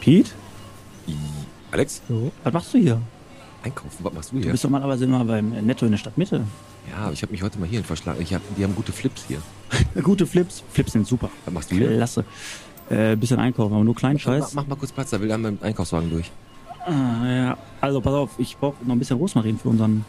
Pete? Äh, Alex, So. Was machst du hier? einkaufen, was machst du Du hier? bist normalerweise immer beim Netto in der Stadtmitte. Ja, aber ich habe mich heute mal hierhin verschlagen. Ich hab, die haben gute Flips hier. Gute Flips. Flips sind super. Was machst du hier? Klasse. Äh, bisschen einkaufen, aber nur kleinen Mach, Scheiß. mach mal kurz Platz, da will einmal mit dem Einkaufswagen durch. Ah, ja. Also pass auf, ich brauche noch ein bisschen Rosmarin für unseren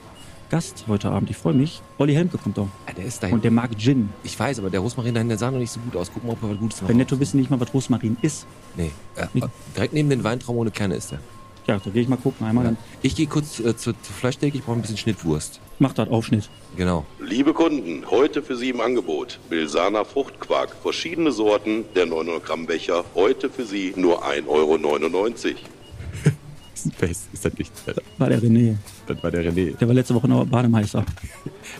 Gast heute Abend. Ich freue mich. Olli Helmke kommt doch. Ah, der ist dahin. Und der mag Gin. ich weiß, aber der Rosmarin dahin, der sah noch nicht so gut aus. Gucken wir, ob er was Gutes Bei Netto wissen nicht mal, was Rosmarin ist. Nee, äh, Nicht? äh, direkt neben den Weintraum ohne Kerne ist er. Ja, da gehe ich mal gucken. Einmal Ja. dann Ich gehe kurz äh, zur, zur Fleischtheke, ich brauche ein bisschen Schnittwurst. macht das Aufschnitt. Genau. Liebe Kunden, heute für Sie im Angebot Bilsana Fruchtquark, verschiedene Sorten, der 900 Gramm Becher, heute für Sie nur 1,99 Euro. Space ist das nicht. War der René. Das war der René. Der war letzte Woche noch Bademeister.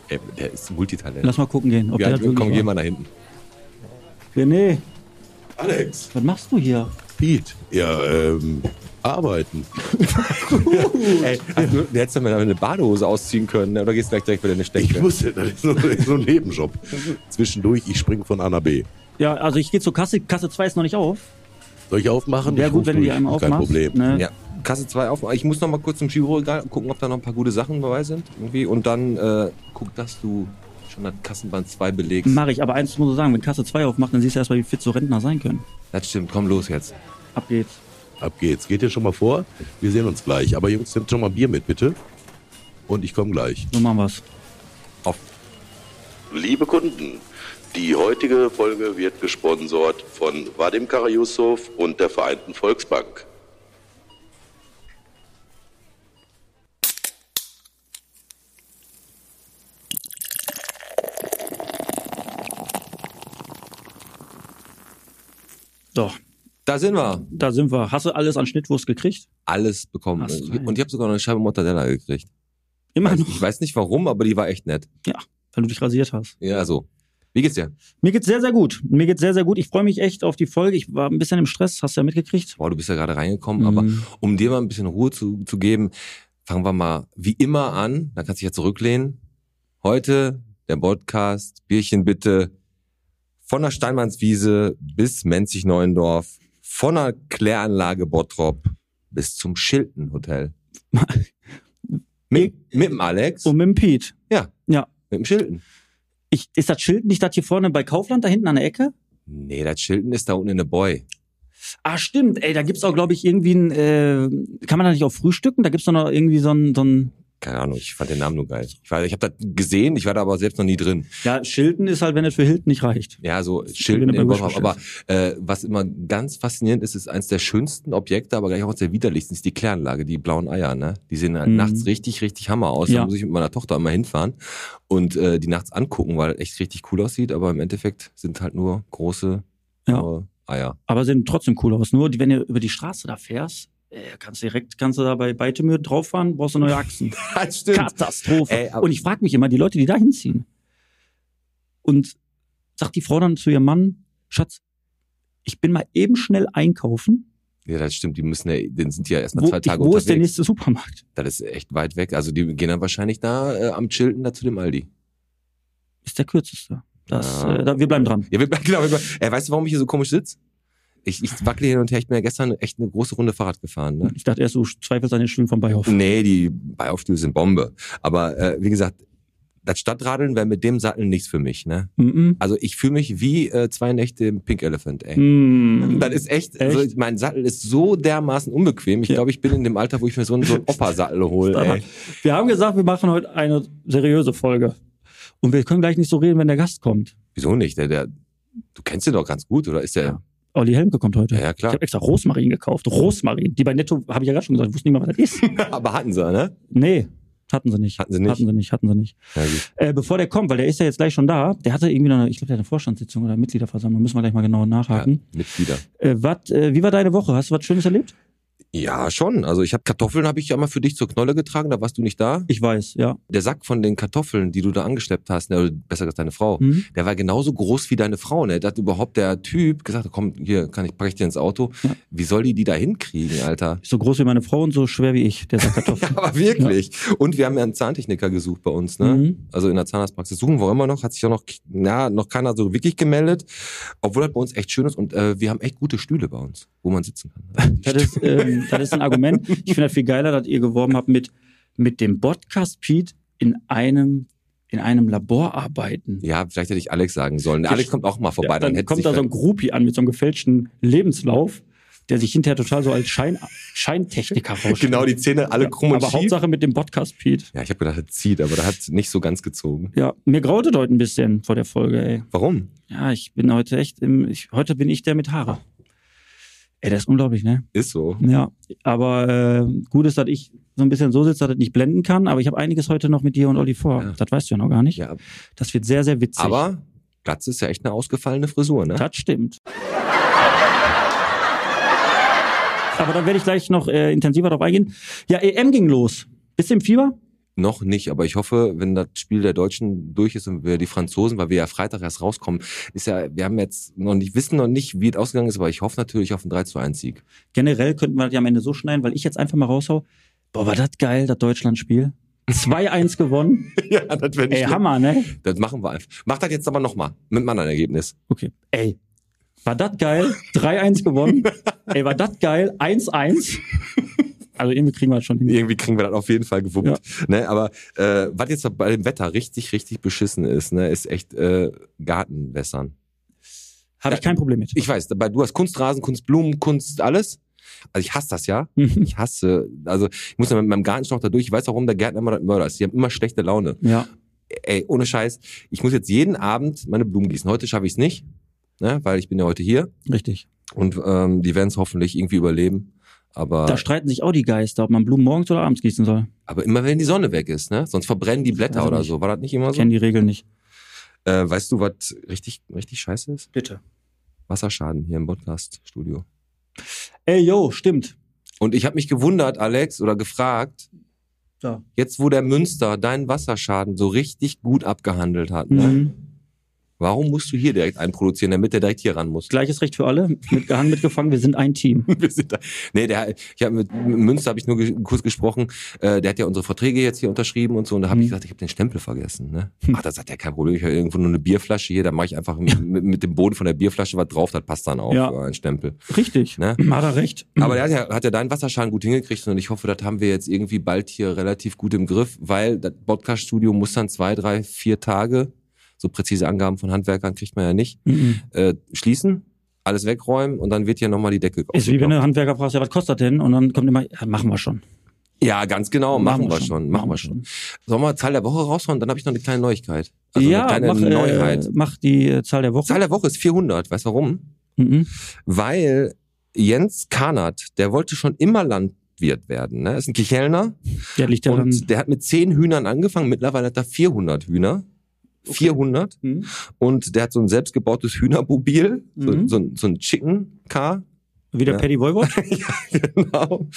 Ey, der ist Multitalent. Lass mal gucken gehen, ob ja, der das komm, wirklich geh war. mal nach hinten. René, Alex, was machst du hier? Pete, ja, ähm, arbeiten. Ey, hast du, du hättest doch mal eine Badehose ausziehen können, oder gehst du gleich direkt wieder in eine Ich Stecke? muss ja, das ist so, das ist so ein Nebenjob. Zwischendurch, ich springe von A nach B. Ja, also ich gehe zur Kasse. Kasse 2 ist noch nicht auf. Soll ich aufmachen? Wäre Ich gut, ruf wenn du die durch. einmal Kein aufmachst. Problem. Ne? Ja, Kasse 2 auf. Ich muss noch mal kurz zum Schiebregal gucken, ob da noch ein paar gute Sachen dabei sind. Irgendwie. Und dann äh, guck, dass du schon das Kassenband 2 belegst. Mache ich, aber eins muss ich sagen, wenn Kasse 2 aufmacht, dann siehst du erstmal, wie fit so Rentner sein können. das stimmt, komm los jetzt. Ab geht's. Ab geht's. Geht ihr schon mal vor? Wir sehen uns gleich. Aber Jungs, nehmt schon mal Bier mit, bitte. Und ich komme gleich. So machen wir's. Auf. Liebe Kunden, die heutige Folge wird gesponsert von Vadim Karajussow und der Vereinten Volksbank. So, Da sind wir. da sind wir. Hast du alles an Schnittwurst gekriegt? Alles bekommen. Hast rein. Und ich habe sogar noch eine Scheibe Mortadella gekriegt. Immer Weiß, noch, ich weiß nicht warum, aber die war echt nett. weil du dich rasiert hast. Ja, also. Wie geht's dir? Mir geht's sehr, sehr gut. Mir geht's sehr, sehr gut. Ich freue mich echt auf die Folge. Ich war ein bisschen im Stress, hast du ja mitgekriegt. Boah, du bist ja gerade reingekommen, aber Mhm. um dir mal ein bisschen Ruhe zu, zu geben, fangen wir mal wie immer an. Da kannst du dich ja zurücklehnen. Heute der Podcast, Bierchen bitte, von der Steinmannswiese bis Menzig-Neuendorf, von der Kläranlage Bottrop bis zum Schilden-Hotel. mit, mit dem Alex, Und mit dem Pete. mit dem Schilden. Ich, ist das Schild nicht das hier vorne bei Kaufland, da hinten an der Ecke? Nee, das Schilden ist da unten in der Boy. Ah, stimmt. Ey, da gibt's auch, glaube ich, irgendwie ein, äh, kann man da nicht auch frühstücken? Da gibt's doch noch irgendwie so ein, so ein, Keine Ahnung, ich fand den Namen nur geil. Ich, war- ich habe das gesehen, ich war da aber selbst noch nie drin. ja, Schilden ist halt, wenn es für Hilton nicht reicht. Ja, so Das Schilden bin ich im mir Bottrop. schon Aber äh, was immer ganz faszinierend ist, ist eins der schönsten Objekte, aber gleich auch eines der widerlichsten, ist die Kläranlage, die blauen Eier. Ne? Die sehen halt Mhm. nachts richtig, richtig Hammer aus. Ja. Da muss ich mit meiner Tochter immer hinfahren und äh, die nachts angucken, weil das echt richtig cool aussieht. Aber im Endeffekt sind halt nur große Ja. blaue Eier. Aber sehen trotzdem cool aus. Nur, die- wenn du über die Straße da fährst, äh, kannst du direkt, kannst du da bei Beitemühr drauffahren, brauchst du neue Achsen. Das stimmt. Katastrophe. Ey, aber- und ich frage mich immer, die Leute, die da hinziehen. Und sagt die Frau dann zu ihrem Mann, Schatz, ich bin mal eben schnell einkaufen. Ja, das stimmt. Die müssen ja, dann sind die ja erstmal Wo, zwei ich, Tage wo ist der halt unterwegs. nächste Supermarkt? Das ist echt weit weg. Also die gehen dann wahrscheinlich da äh, am Childen da zu dem Aldi. Ist der kürzeste. Das, Ja. äh, da, wir bleiben dran. Ja, wir bleiben, genau. Wir bleiben. Äh, weißt du, warum ich hier so komisch sitze? Ich, ich wackle hin und her. Ich bin ja gestern echt eine große Runde Fahrrad gefahren. Ne? Ich dachte erst, du zweifelst an den Stühlen von Beihoff. Nee, die Beiaufstühle sind Bombe. Aber äh, wie gesagt, das Stadtradeln wäre mit dem Sattel nichts für mich. Ne? Mhm. Also ich fühle mich wie äh, zwei Nächte im Pink Elephant, ey. Mhm. Das ist echt, Also Echt? mein Sattel ist so dermaßen unbequem. Ich Ja. glaube, ich bin in dem Alter, wo ich mir so einen, so einen Opa-Sattel hole. Wir haben gesagt, wir machen heute eine seriöse Folge. Und wir können gleich nicht so reden, wenn der Gast kommt. Wieso nicht? Der, der, du kennst den doch ganz gut, oder? Ist der? Ja. Olli Helmke kommt heute. Ja, ja, klar. Ich habe extra Rosmarin gekauft. Rosmarin. Die bei Netto, habe ich ja gerade schon gesagt, ich wusste nicht mal, was das ist. Aber hatten sie, ne? Nee, hatten sie nicht. Hatten sie nicht? Hatten sie nicht, hatten sie nicht. Ja, gut. Äh, bevor der kommt, weil der ist ja jetzt gleich schon da, der hatte irgendwie noch eine, ich glaube, der hat eine Vorstandssitzung oder eine Mitgliederversammlung, müssen wir gleich mal genau ja, nachhaken. Mitglieder. Äh, wat, äh, wie war deine Woche? Hast du was Schönes erlebt? Ja, schon. Also ich habe Kartoffeln habe ich ja mal für dich zur Knolle getragen, da warst du nicht da. Ich weiß, ja. Der Sack von den Kartoffeln, die du da angeschleppt hast, ne, oder besser gesagt deine Frau, Mhm. der war genauso groß wie deine Frau. Ne? Da hat überhaupt der Typ gesagt, komm, hier kann ich, pack ich dir ins Auto. Ja. Wie soll die die da hinkriegen, Alter? So groß wie meine Frau und so schwer wie ich, der Sack Kartoffeln. Aber wirklich. Und wir haben ja einen Zahntechniker gesucht bei uns, ne? Mhm. Also in der Zahnarztpraxis suchen wir immer noch, hat sich auch noch, na, noch keiner so wirklich gemeldet. Obwohl das bei uns echt schön ist und äh, wir haben echt gute Stühle bei uns, wo man sitzen kann. Das ist, ähm, das ist ein Argument. Ich finde das viel geiler, dass ihr geworben habt mit, mit dem Podcast Pete in einem, in einem Labor arbeiten. Ja, vielleicht hätte ich Alex sagen sollen. Der Alex kommt auch mal vorbei, dann, dann hätte kommt sich halt da so ein Groupie an mit so einem gefälschten Lebenslauf, der sich hinterher total so als Schein, Scheintechniker rausstellt. Genau, die Zähne alle krumm und Aber schief. Hauptsache mit dem Podcast Pete. Ja, ich habe gedacht, er zieht, aber da hat nicht so ganz gezogen. Ja, mir graute heute ein bisschen vor der Folge, ey. Warum? Ja, ich bin heute echt im, ich, heute bin ich der mit Haare. Ey, das ist unglaublich, ne? Ist so. Ja, aber äh, gut ist, dass ich so ein bisschen so sitze, dass ich nicht blenden kann, aber ich habe einiges heute noch mit dir und Olli vor. Ja. Das weißt du ja noch gar nicht. Ja, Das wird sehr, sehr witzig. aber Glatze ist ja echt eine ausgefallene Frisur, ne? das stimmt. Aber dann werde ich gleich noch äh, intensiver darauf eingehen. Ja, EM ging los. Bist du im Fieber? Noch nicht, aber ich hoffe, wenn das Spiel der Deutschen durch ist und wir die Franzosen, weil wir ja Freitag erst rauskommen, ist ja, wir haben jetzt noch nicht, wissen noch nicht, wie es ausgegangen ist, aber ich hoffe natürlich auf einen 3 zu 1 Sieg. Generell könnten wir das ja am Ende so schneiden, weil ich jetzt einfach mal raushau. Boah, war das geil, das Deutschlandspiel. 2-1 gewonnen. ja, das wäre Ey, Hammer, ne? Das machen wir einfach. Mach das jetzt aber nochmal mit einem anderen Ergebnis. Okay. Ey, war das geil? 3-1 gewonnen. Ey, war das geil? 1-1. Also irgendwie kriegen wir das schon hin. Irgendwie kriegen wir das auf jeden Fall gewuppt. Ne, aber äh, was jetzt bei dem Wetter richtig, richtig beschissen ist, ne, ist echt äh, Gartenwässern. Habe ich kein Problem mit. Ich weiß, dabei, du hast Kunstrasen, Kunstblumen, Kunst, alles. Also ich hasse das ja. Ich hasse, also ich muss ja mit meinem Gartenschlauch da durch. Ich weiß, warum der Gärtner immer das Mörder ist. Die haben immer schlechte Laune. ja. Ey, ohne Scheiß. Ich muss jetzt jeden Abend meine Blumen gießen. Heute schaffe ich es nicht, ne, weil ich bin ja heute hier. Richtig. Und ähm, die werden es hoffentlich irgendwie überleben. Da Aber, streiten sich auch die Geister, ob man Blumen morgens oder abends gießen soll. aber immer wenn die Sonne weg ist, ne? Sonst verbrennen die Blätter Also oder nicht. so. War das nicht immer so? Kennen die Regeln nicht. Äh, weißt du, was richtig, richtig scheiße ist? Bitte. Wasserschaden hier im Podcast-Studio. Ey, yo, stimmt. Und ich habe mich gewundert, Alex, oder gefragt, Ja. Jetzt, wo der Münster deinen Wasserschaden so richtig gut abgehandelt hat, ne? Mhm. warum musst du hier direkt einen produzieren, damit der direkt hier ran muss? Gleiches Recht für alle. Mitgehangen, mitgefangen. Wir sind ein Team. Wir sind da. Nee, der, ich hab mit, mit Münster habe ich nur ge kurz gesprochen. Äh, der hat ja unsere Verträge jetzt hier unterschrieben und so. Und da habe Mhm. Hm. ich gesagt, ich habe den Stempel vergessen. Ne? Ach, das hat ja kein Problem. Ich habe irgendwo nur eine Bierflasche hier. Da mache ich einfach mit, mit dem Boden von der Bierflasche was drauf. Das passt dann auch Ja. für einen Stempel. Richtig. Mhm. Ne? Hat er recht. Aber der hat ja, hat ja deinen Wasserschaden gut hingekriegt und ich hoffe, das haben wir jetzt irgendwie bald hier relativ gut im Griff, weil das Podcast-Studio muss dann zwei, drei, vier Tage, so präzise Angaben von Handwerkern kriegt man ja nicht, Mhm. äh, schließen, alles wegräumen und dann wird hier nochmal die Decke Ist wie wenn aufgeklappt. du Handwerker fragst, ja, was kostet das denn? Und dann kommt immer, ja, machen wir schon. Ja, ganz genau, machen, wir schon, machen wir schon. Sollen wir Zahl der Woche raushauen? Dann habe ich noch eine kleine Neuigkeit. Also ja, eine mach, kleine äh, Neuheit. mach die äh, Zahl der Woche. Zahl der Woche ist 400, weißt du warum? Mhm. Weil Jens Karnath, der wollte schon immer Landwirt werden, ne? Ist ein Kichelner. Der liegt ja dann. Und der hat mit zehn Hühnern angefangen. Mittlerweile hat er 400 Hühner. 400. Mhm. Und der hat so ein selbstgebautes Hühnermobil, so, Mhm. so, ein- so ein Chicken Car. Wie der Ja. Paddy Voivod? genau.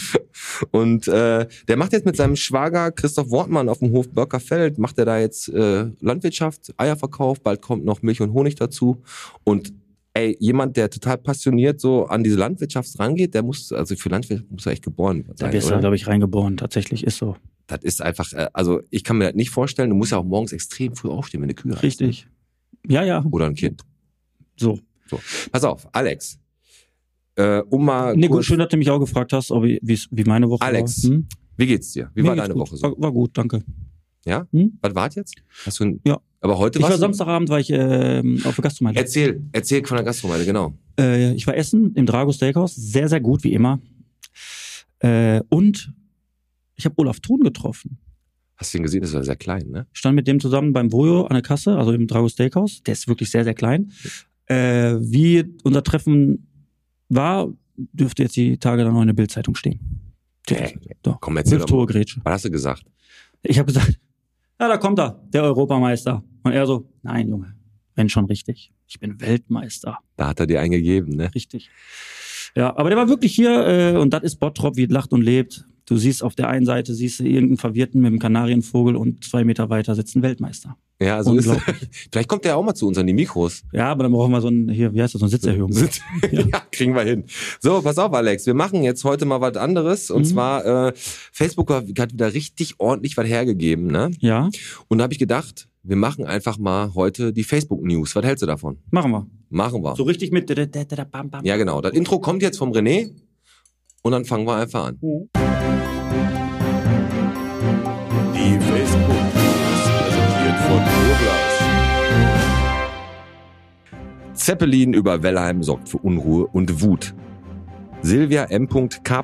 Und äh, der macht jetzt mit seinem Schwager Christoph Wortmann auf dem Hof Börkerfeld, macht er da jetzt äh, Landwirtschaft, Eierverkauf, bald kommt noch Milch und Honig dazu. Und ey, jemand, der total passioniert so an diese Landwirtschaft rangeht, der muss, also für Landwirtschaft muss er echt geboren sein. Da wirst du, oder? glaube ich, reingeboren. Tatsächlich ist so. Das ist einfach, äh, also ich kann mir das nicht vorstellen, du musst ja auch morgens extrem früh aufstehen, wenn du Kühe hast. Richtig. Ja, ja, Oder ein Kind. so. Pass auf, Alex. Äh, um mal Nee, gut, kurz, schön, dass du mich auch gefragt hast, ob ich, wie's- wie meine Woche Alex, war. Hm? wie geht's dir? Wie Mir war geht's deine gut. Woche so? War, war gut, danke. Ja? Hm? Was war jetzt? Hast du ein, Ja. Aber heute Ich war warst du- Samstagabend, war ich ähm, auf der Gastronomie. Erzähl, erzähl von der Gastronomie, genau. Äh, ich war essen im Drago Steakhouse, sehr, sehr gut, wie immer. Äh, und ich habe Olaf Thun getroffen. Hast du ihn gesehen? Das war sehr klein, ne? Stand mit dem zusammen beim Bojo an der Kasse, also im Drago Steakhouse. Der ist wirklich sehr, sehr klein. Äh, wie unser Treffen war, dürfte jetzt die Tage dann noch in der Bildzeitung stehen. Nee. Doch. Komm, erzähl doch mal. Hüfthohe Grätsche. Was hast du gesagt? Ich habe gesagt, ja, da kommt er, der Europameister. Und er so, nein, Junge, wenn schon richtig. Ich bin Weltmeister. Da hat er dir einen gegeben, ne? Richtig. Ja, aber der war wirklich hier äh, und das ist Bottrop, wie es lacht und lebt. Du siehst auf der einen Seite siehst du irgendeinen Verwirrten mit einem Kanarienvogel und zwei Meter weiter sitzt ein Weltmeister. Ja, so ist es. Vielleicht kommt der auch mal zu uns an die Mikros. Ja, aber dann brauchen wir so ein hier, wie heißt das, so eine Sitzerhöhung. Sitz- Ja. ja, kriegen wir hin. So, pass auf, Alex. Wir machen jetzt heute mal was anderes. Und Mhm. zwar, äh, Facebook hat wieder richtig ordentlich was hergegeben, ne? Ja, Und da habe ich gedacht, wir machen einfach mal heute die Facebook-News. Was hältst du davon? machen wir. Machen wir. So richtig mit. da, da, da, da, bam, bam. Ja, genau. Das Intro kommt jetzt vom René. Und dann fangen wir einfach an. Die Facebook-News präsentiert von Douglas. Zeppelin über Wellheim sorgt für Unruhe und Wut. Silvia M. K.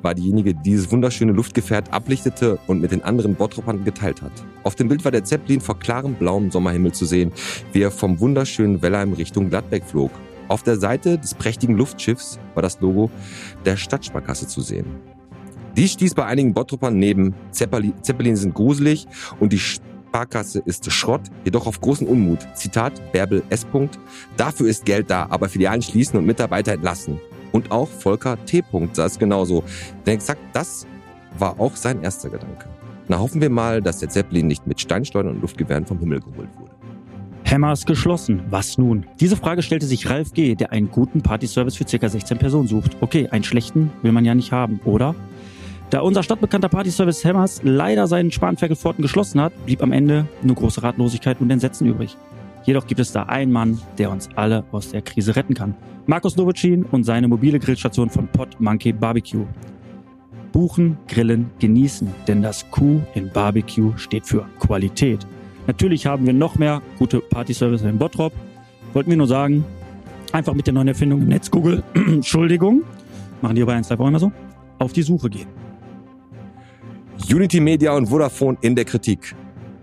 war diejenige, die dieses wunderschöne Luftgefährt ablichtete und mit den anderen Bottropern geteilt hat. Auf dem Bild war der Zeppelin vor klarem blauem Sommerhimmel zu sehen, wie er vom wunderschönen Wellheim Richtung Gladbeck flog. Auf der Seite des prächtigen Luftschiffs war das Logo der Stadtsparkasse zu sehen. Dies stieß bei einigen Bottropern neben Zeppeli Zeppelin sind gruselig und die Sparkasse ist Schrott, jedoch auf großen Unmut. Zitat Bärbel S. Punkt. Dafür ist Geld da, aber Filialen schließen und Mitarbeiter entlassen. Und auch Volker T. Punkt sah es genauso. Denn exakt das war auch sein erster Gedanke. Na hoffen wir mal, dass der Zeppelin nicht mit Steinschleudern und Luftgewehren vom Himmel geholt wurde. Hammer ist geschlossen. Was nun? Diese Frage stellte sich Ralf G., der einen guten Partyservice für ca. 16 Personen sucht. Okay, einen schlechten will man ja nicht haben, oder? Da unser stadtbekannter Partyservice Hammers leider seinen Spanferkelforten geschlossen hat, blieb am Ende nur große Ratlosigkeit und Entsetzen übrig. Jedoch gibt es da einen Mann, der uns alle aus der Krise retten kann. Markus Nowicin und seine mobile Grillstation von Pot Monkey Barbecue. Buchen, grillen, genießen, denn das Q in Barbecue steht für Qualität. Natürlich haben wir noch mehr gute Partyservices in Bottrop. Wollten wir nur sagen, einfach mit der neuen Erfindung im Netz Google, Entschuldigung, machen die bei 1 Live auch immer so, auf die Suche gehen. Unity Media und Vodafone in der Kritik.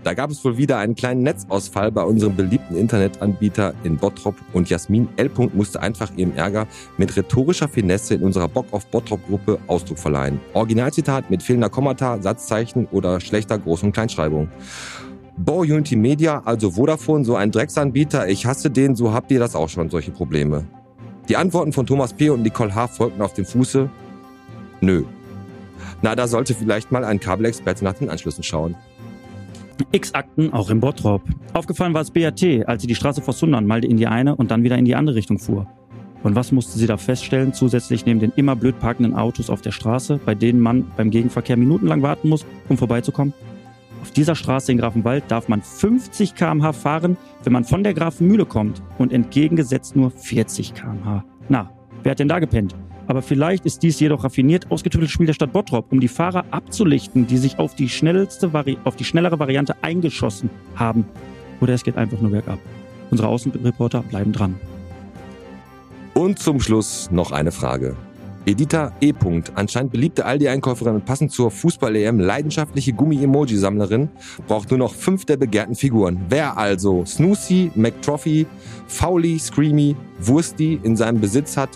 Da gab es wohl wieder einen kleinen Netzausfall bei unserem beliebten Internetanbieter in Bottrop und Jasmin L. musste einfach ihrem Ärger mit rhetorischer Finesse in unserer Bock auf Bottrop-Gruppe Ausdruck verleihen. Originalzitat mit fehlender Kommata, Satzzeichen oder schlechter Groß- und Kleinschreibung. Boah, Unity Media, also Vodafone, so ein Drecksanbieter, ich hasse den, so habt ihr das auch schon, solche Probleme. Die Antworten von Thomas P. und Nicole H. folgten auf dem Fuße, nö. Na, da sollte vielleicht mal ein Kabelexperte nach den Anschlüssen schauen. X-Akten auch im Bottrop. Aufgefallen war es BAT, als sie die Straße vor Sundern mal in die eine und dann wieder in die andere Richtung fuhr. Und was musste sie da feststellen, zusätzlich neben den immer blöd parkenden Autos auf der Straße, bei denen man beim Gegenverkehr minutenlang warten muss, um vorbeizukommen? Auf dieser Straße in Grafenwald darf man 50 km/h fahren, wenn man von der Grafenmühle kommt und entgegengesetzt nur 40 km/h. Na, wer hat denn da gepennt? Aber vielleicht ist dies jedoch raffiniert ausgetüfteltes Spiel der Stadt Bottrop, um die Fahrer abzulichten, die sich auf die, schnellste Vari auf die schnellere Variante eingeschossen haben. Oder es geht einfach nur bergab. Unsere Außenreporter bleiben dran. Und zum Schluss noch eine Frage. Edita E. Punkt, anscheinend beliebte Aldi-Einkäuferin und passend zur Fußball-EM leidenschaftliche Gummi-Emoji-Sammlerin, braucht nur noch fünf der begehrten Figuren. Wer also Snoozy, McTrophy, Fowly, Screamy, Wursti in seinem Besitz hat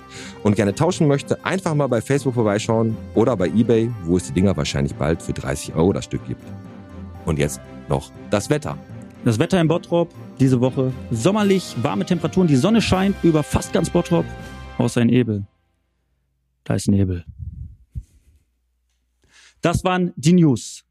und gerne tauschen möchte, einfach mal bei Facebook vorbeischauen oder bei Ebay, wo es die Dinger wahrscheinlich bald für 30 Euro das Stück gibt. Und jetzt noch das Wetter. Das Wetter in Bottrop diese Woche sommerlich, warme Temperaturen, die Sonne scheint über fast ganz Bottrop, außer in Ebel. Da ist Nebel. Das waren die News.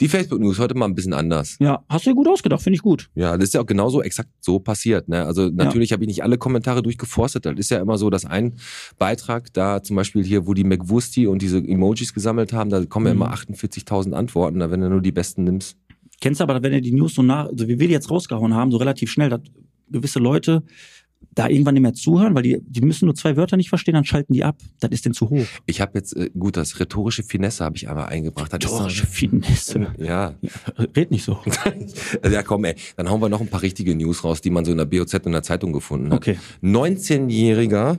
Die Facebook-News heute mal ein bisschen anders. Ja, hast du dir gut ausgedacht, finde ich gut. Ja, das ist ja auch genauso exakt so passiert. Ne? Also natürlich habe ich nicht alle Kommentare durchgeforstet. Das ist ja immer so, dass ein Beitrag da zum Beispiel hier, wo die McWursti und diese Emojis gesammelt haben, da kommen ja Mhm. immer 48.000 Antworten. Da wenn du nur die besten nimmst. Kennst du aber, wenn du die News so nach, also wie wir die jetzt rausgehauen haben, so relativ schnell, dass gewisse Leute da irgendwann nicht mehr zuhören, weil die, die müssen nur zwei Wörter nicht verstehen, dann schalten die ab. Das ist denen zu hoch. Ich habe jetzt, äh, gut, das rhetorische Finesse habe ich einmal eingebracht. Das ist doch- Rhetorische Finesse. Ja, Red nicht so. also ja komm ey, dann hauen wir noch ein paar richtige News raus, die man so in der BOZ und in der Zeitung gefunden hat. Okay. 19-Jähriger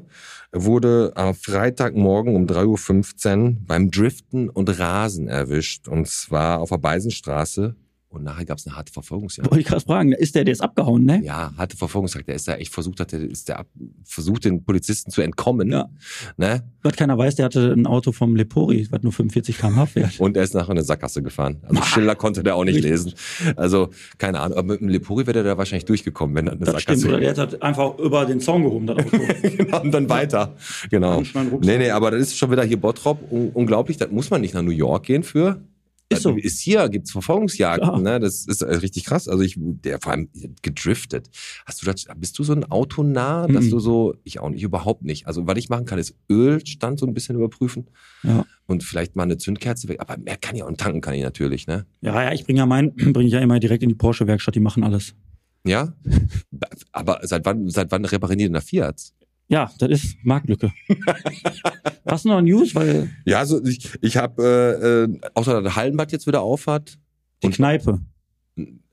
wurde am Freitagmorgen um 3.15 Uhr beim Driften und Rasen erwischt. Und zwar auf der Beisenstraße. Und nachher gab es eine harte Verfolgungsjagd. Wollte ich gerade fragen, ist der, der ist abgehauen, ne? Ja, harte Verfolgungsjagd. Der ist da echt versucht, hat, der ist der ab, versucht, den Polizisten zu entkommen. Ja. Ne? Was keiner weiß, der hatte ein Auto vom Lepori, was nur 45 km/h fährt. Und er ist nachher in eine Sackgasse gefahren. Also Schilder konnte der auch nicht lesen. Also, keine Ahnung. Aber mit dem Lepori wäre der da wahrscheinlich durchgekommen, wenn er in eine Das Sackgasse stimmt, oder? Der hat halt einfach über den Zaun gehoben, das Auto. genau, und dann weiter. Genau. Und schnell einen Rucksack. Nee, nee, aber das ist schon wieder hier Bottrop. Un unglaublich, das muss man nicht nach New York gehen für. Ist so. Das Ist hier, gibt's Verfolgungsjagden, Klar. ne? Das ist äh, richtig krass. Also ich, der vor allem gedriftet. Hast du das, bist du so ein Autonah, dass Mhm. du so, ich auch nicht, überhaupt nicht. Also was ich machen kann, ist Ölstand so ein bisschen überprüfen Ja. und vielleicht mal eine Zündkerze weg. Aber mehr kann ich auch, und tanken kann ich natürlich, ne? ja, ja, ich bringe ja meinen, bringe ich ja immer direkt in die Porsche-Werkstatt, die machen alles. Ja? Aber seit wann, seit wann reparieren die denn da Fiat? Ja, das ist Marktlücke. Hast du noch News? Weil Ja, also ich, ich habe, äh, äh, außer dass Hallenbad jetzt wieder aufhat, die Und- Kneipe,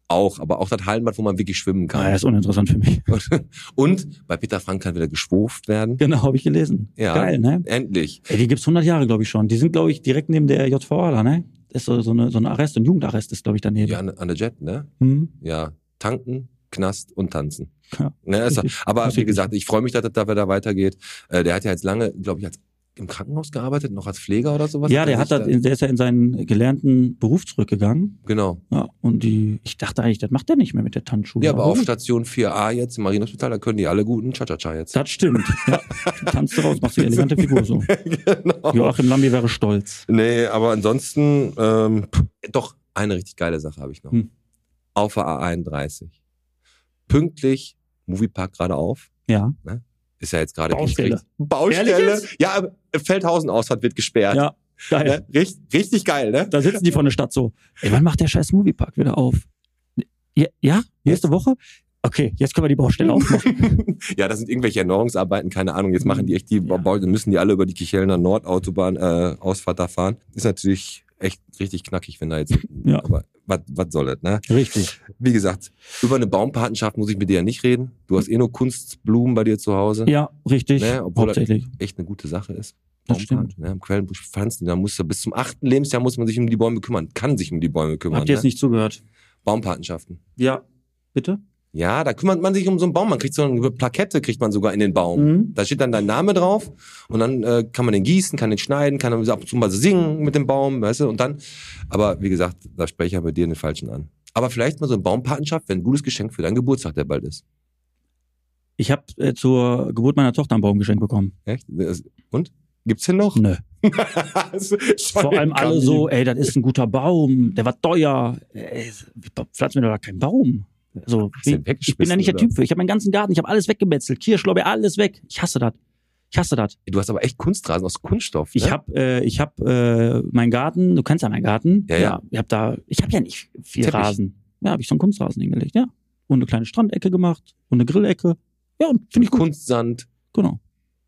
auch, aber auch das Hallenbad, wo man wirklich schwimmen ah, ja, kann. ist uninteressant für mich. Und bei Peter Frank kann wieder geschwurft werden. Genau, habe ich gelesen. Ja. Geil, ne? Endlich. Ey, die gibt's 100 Jahre, glaube ich, schon. Die sind, glaube ich, direkt neben der JVA da, ne? Das ist so, so, eine, so ein Arrest, ein Jugendarrest ist, glaube ich, daneben. Ja, an, an der Jet, ne? Hm? Ja, tanken, Knast und tanzen. Ja. Ne, ist, Richtig. aber wie Richtig. gesagt, ich freue mich, dass das da wieder weitergeht. Äh, der hat ja jetzt lange, glaube ich, als, im Krankenhaus gearbeitet, noch als Pfleger oder sowas. ja der hat sich das, in- der ist ja in seinen gelernten Beruf zurückgegangen. Genau. Ja, und die, ich dachte eigentlich, das macht er nicht mehr mit der Tanzschule. Ja, aber auf gut. Station 4a jetzt im Marienhospital, da können die alle guten Cha-Cha-Cha jetzt. Das stimmt. Ja. Du tanzt raus, machst die elegante Figur so. genau. Joachim Lambi wäre stolz. Nee, aber ansonsten, ähm, doch, eine richtig geile Sache habe ich noch. Hm. Auf der A31. Pünktlich, Moviepark gerade auf. Ja. Ist ja jetzt gerade Baustelle. Dienstrecht. Baustelle. Ehrlich Ja, aber Feldhausen-Ausfahrt wird gesperrt. Ja, geil. Ne? Richtig, richtig geil, ne? Da sitzen die von der Stadt so. Ey, wann macht der scheiß Moviepark wieder auf? Ja, ja? Nächste Woche? Okay, jetzt können wir die Baustelle aufmachen. Ja, das sind irgendwelche Erneuerungsarbeiten, keine Ahnung. Jetzt machen die echt die Baustelle, müssen die alle über die Kichelner Nordautobahn äh, Ausfahrt da fahren. Ist natürlich echt richtig knackig, wenn da jetzt. Ja. Aber was was soll das, ne? Richtig. Wie gesagt, über eine Baumpatenschaft muss ich mit dir ja nicht reden. Du hast eh nur Kunstblumen bei dir zu Hause. Ja, richtig. Ne, obwohl- Hauptsächlich. Echt eine gute Sache ist. Das stimmt. Baumpaten, Ne? Im Quellenbusch pflanzen die, da musst du bis zum achten Lebensjahr muss man sich um die Bäume kümmern. Kann sich um die Bäume kümmern. Habt ihr jetzt ne? nicht zugehört? Baumpatenschaften. Ja. Bitte? Ja, da kümmert man sich um so einen Baum. Man kriegt so eine Plakette, kriegt man sogar in den Baum. Mhm. Da steht dann dein Name drauf und dann äh, kann man den gießen, kann den schneiden, kann dann ab und zu mal singen mit dem Baum, weißt du, und dann, aber wie gesagt, da spreche ich ja bei dir den Falschen an. Aber vielleicht mal so eine Baumpatenschaft wäre ein gutes Geschenk für deinen Geburtstag, der bald ist. Ich habe äh, zur Geburt meiner Tochter einen Baum geschenkt bekommen. Echt? Und? Gibt's denn noch? Nö. Vor Hm. Vor allem alle so, ey, das ist ein guter Baum, der war teuer. Ey, pflanzen wir doch da keinen Baum. So, Hast wie, ich du den bin da weggeschmissen, nicht der oder? Typ für. Ich habe meinen ganzen Garten, ich habe alles weggemetzelt. Kirschlorbeer, alles weg. Ich hasse das. Ich hasse das. Du hast aber echt Kunstrasen aus Kunststoff. Ne? Ich habe äh, ich hab, äh, meinen Garten, du kennst ja meinen Garten. Ja, ja. ich habe da, ich habe ja nicht viel Teppich. Rasen. Ja, habe ich so einen Kunstrasen hingelegt, ja. Und eine kleine Strandecke gemacht und eine Grillecke. Ja, und finde ich gut. Kunstsand. Genau.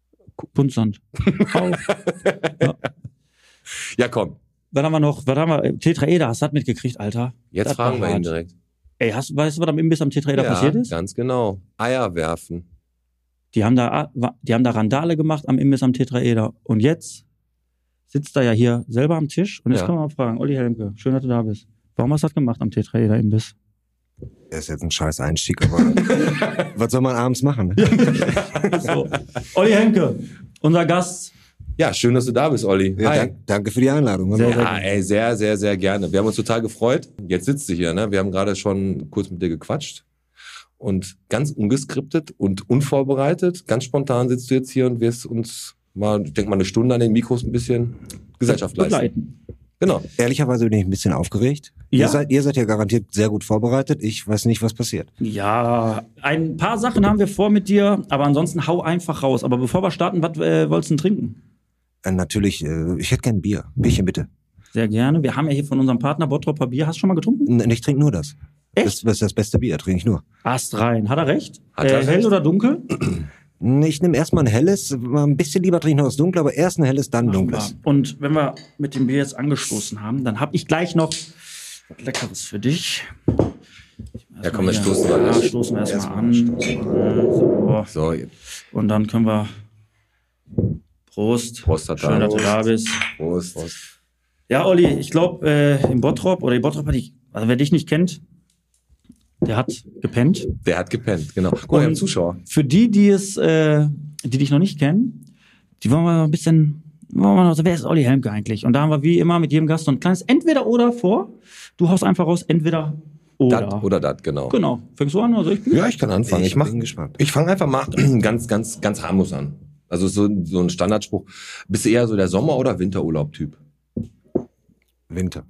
Kunstsand. Auch. Ja, komm. was haben wir noch? Was haben wir? Tetraeder, hast du das mitgekriegt, Alter? Jetzt Das war fragen wir ihn hart. direkt. Ey, hast, weißt du, was am Imbiss am Tetraeder passiert ist? ganz genau. Eier werfen. Die haben da, ah, die haben da Randale gemacht am Imbiss am Tetraeder. Und jetzt sitzt er ja hier selber am Tisch. Und jetzt Ja. kann man mal fragen, Olli Helmke, schön, dass du da bist. Warum hast du das gemacht am Tetraeder Imbiss? Das ist jetzt ein scheiß Einstieg, aber was soll man abends machen? ne? So. Olli Henke, unser Gast. Ja, schön, dass du da bist, Olli. Ja, dank, danke für die Einladung. Also, Sehr, Ja, ey, sehr, sehr, sehr gerne. Wir haben uns total gefreut. Jetzt sitzt du hier, ne? Wir haben gerade schon kurz mit dir gequatscht. Und ganz ungeskriptet und unvorbereitet, ganz spontan sitzt du jetzt hier und wirst uns mal, ich denke mal, eine Stunde an den Mikros ein bisschen Gesellschaft leisten. Begleiten. Genau. Ehrlicherweise bin ich ein bisschen aufgeregt. Ja. Ihr, seid, ihr seid ja garantiert sehr gut vorbereitet. Ich weiß nicht, was passiert. Ja, ein paar Sachen haben wir vor mit dir, aber ansonsten hau einfach raus. Aber bevor wir starten, was äh, wolltest du denn trinken? Äh, natürlich, äh, ich hätte gern Bier. Bierchen bitte. Sehr gerne. Wir haben ja hier von unserem Partner Bottropper Bier. Hast du schon mal getrunken? N ich trinke nur das. Echt? Das, das ist das beste Bier, trinke ich nur. Ast rein. Hat er recht? Hat äh, er hell recht. oder dunkel? N ich nehme erstmal ein helles, mal ein bisschen lieber trinke ich noch das Dunkle, aber erst ein helles, dann ein dunkles. Und wenn wir mit dem Bier jetzt angestoßen haben, dann habe ich gleich noch was Leckeres für dich. Ja, komm, wir Hier. stoßen mal ja, an. stoßen wir erstmal an. So. So, Und dann können wir. Prost. Prost, hat Schön, er. dass du da bist. Prost. Prost. Ja, Olli, ich glaube, äh, in Bottrop oder in Bottrop hat die Also wer dich nicht kennt, der hat gepennt. Der hat gepennt, genau. Guck mal, wir haben Und- Zuschauer. Für die, die es, äh, die dich noch nicht kennen, die wollen wir ein bisschen, wollen wir noch, so, wer ist Olli Helmke eigentlich? Und da haben wir wie immer mit jedem Gast so ein kleines Entweder-Oder vor. Du haust einfach raus, entweder oder. Dat oder dat, genau. Genau. Fängst du an? Also ich bin Ja, ich kann anfangen. Ich, mach, bin gespannt. ich fange einfach mal ganz, ganz, ganz harmlos an. Also so, so ein Standardspruch. Bist du eher so der Sommer- oder Winterurlaub-Typ? Winter.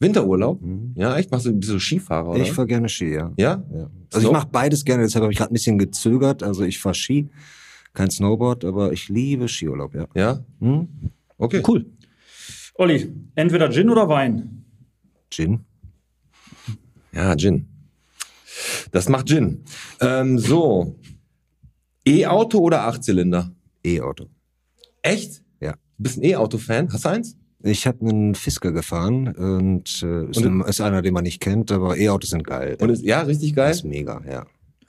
Winterurlaub? Mhm. Ja, echt? Machst du, bist du Skifahrer, oder? Ich fahr gerne Ski, ja. ja? ja. Also So. ich mache beides gerne, deshalb habe ich gerade ein bisschen gezögert. Also ich fahr Ski, kein Snowboard, aber ich liebe Skiurlaub, ja. Ja? Hm? Okay. cool. Olli, entweder Gin oder Wein. Gin. Ja, Gin. Das macht Gin. Ähm, so. E-Auto oder Achtzylinder? E-Auto. Echt? Ja. Du bist ein E-Auto-Fan? Hast du eins? Ich habe einen Fisker gefahren und äh, ist, Und- ein, ist einer, den man nicht kennt, aber E-Autos sind geil. Und ist, ja, richtig geil. ist mega, ja.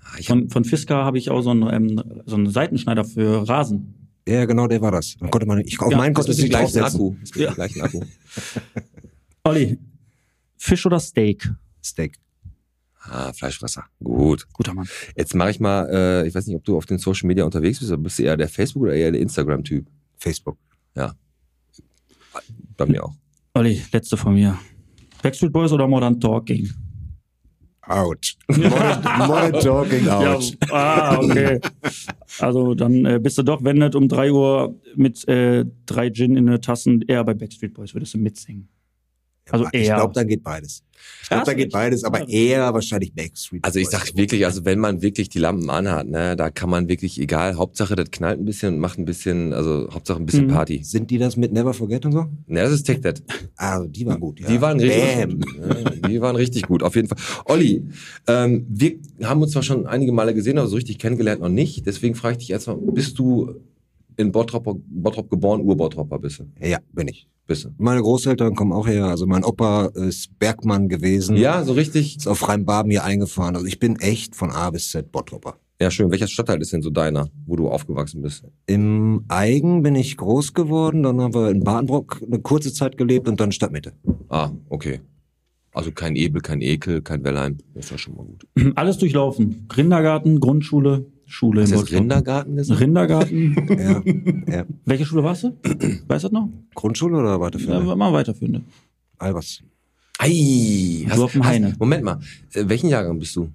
Ah, Ich hab, Von, von Fisker habe ich auch so einen, ähm, so einen Seitenschneider für Rasen. Ja, genau, der war das. Dann konnte man, ich, auf Ja, meinen das konnte ist ich den nicht gleichen draufsetzen. Akku. Das ist Ja. den gleichen Akku. Olli, Fisch oder Steak? Steak. Ah, Fleischfresser. Gut. Guter Mann. Jetzt mache ich mal, äh, ich weiß nicht, ob du auf den Social Media unterwegs bist, aber bist du eher der Facebook- oder eher der Instagram-Typ? Facebook. Bei mir auch. Olli, letzte von mir. Backstreet Boys oder Modern Talking? Out. Modern, modern Talking out. Ja, ah, okay. Also dann äh, bist du doch, wenn nicht um 3 Uhr mit äh, drei Gin in der Tassen, eher bei Backstreet Boys würdest du mitsingen. Also ich eher. glaube, dann geht beides. Ich glaube, Ja, dann ist geht echt. beides, aber eher wahrscheinlich Backstreet. Also ich Boys. sag wirklich, also wenn man wirklich die Lampen anhat, ne, da kann man wirklich, egal, Hauptsache das knallt ein bisschen und macht ein bisschen, also Hauptsache ein bisschen Mhm. Party. Sind die das mit Never Forget und so? Ne, das ist Take That. Ah, die waren gut, ja. Die waren richtig Bam. gut. Ja, die waren richtig gut, auf jeden Fall. Olli, ähm, wir haben uns zwar schon einige Male gesehen, aber so richtig kennengelernt noch nicht. Deswegen frage ich dich erstmal, bist du in Bottrop, Bottrop geboren, Urbottropper bist du? Ja, bin ich. Bist du? Meine Großeltern kommen auch her. Also mein Opa ist Bergmann gewesen. Ja, so richtig. Ist auf Rheinbaben hier eingefahren. Also ich bin echt von A bis Z Bottropper. Ja, schön. Welcher Stadtteil ist denn so deiner, wo du aufgewachsen bist? Im Eigen bin ich groß geworden. Dann haben wir in Badenbrock eine kurze Zeit gelebt und dann Stadtmitte. Ah, okay. Also kein Ebel, kein Ekel, kein Wellheim. Das ist ja schon mal gut. Alles durchlaufen. Kindergarten, Grundschule, Schule. Hast in du jetzt Bottrop. Rindergarten gesagt? Rindergarten. Ja, ja. Welche Schule warst du? Weißt du das noch? Grundschule oder Ja, weiterführen? mal weiterführen. Albers. Ei, Du auf dem Heine. Moment mal, äh, welchen Jahrgang bist du?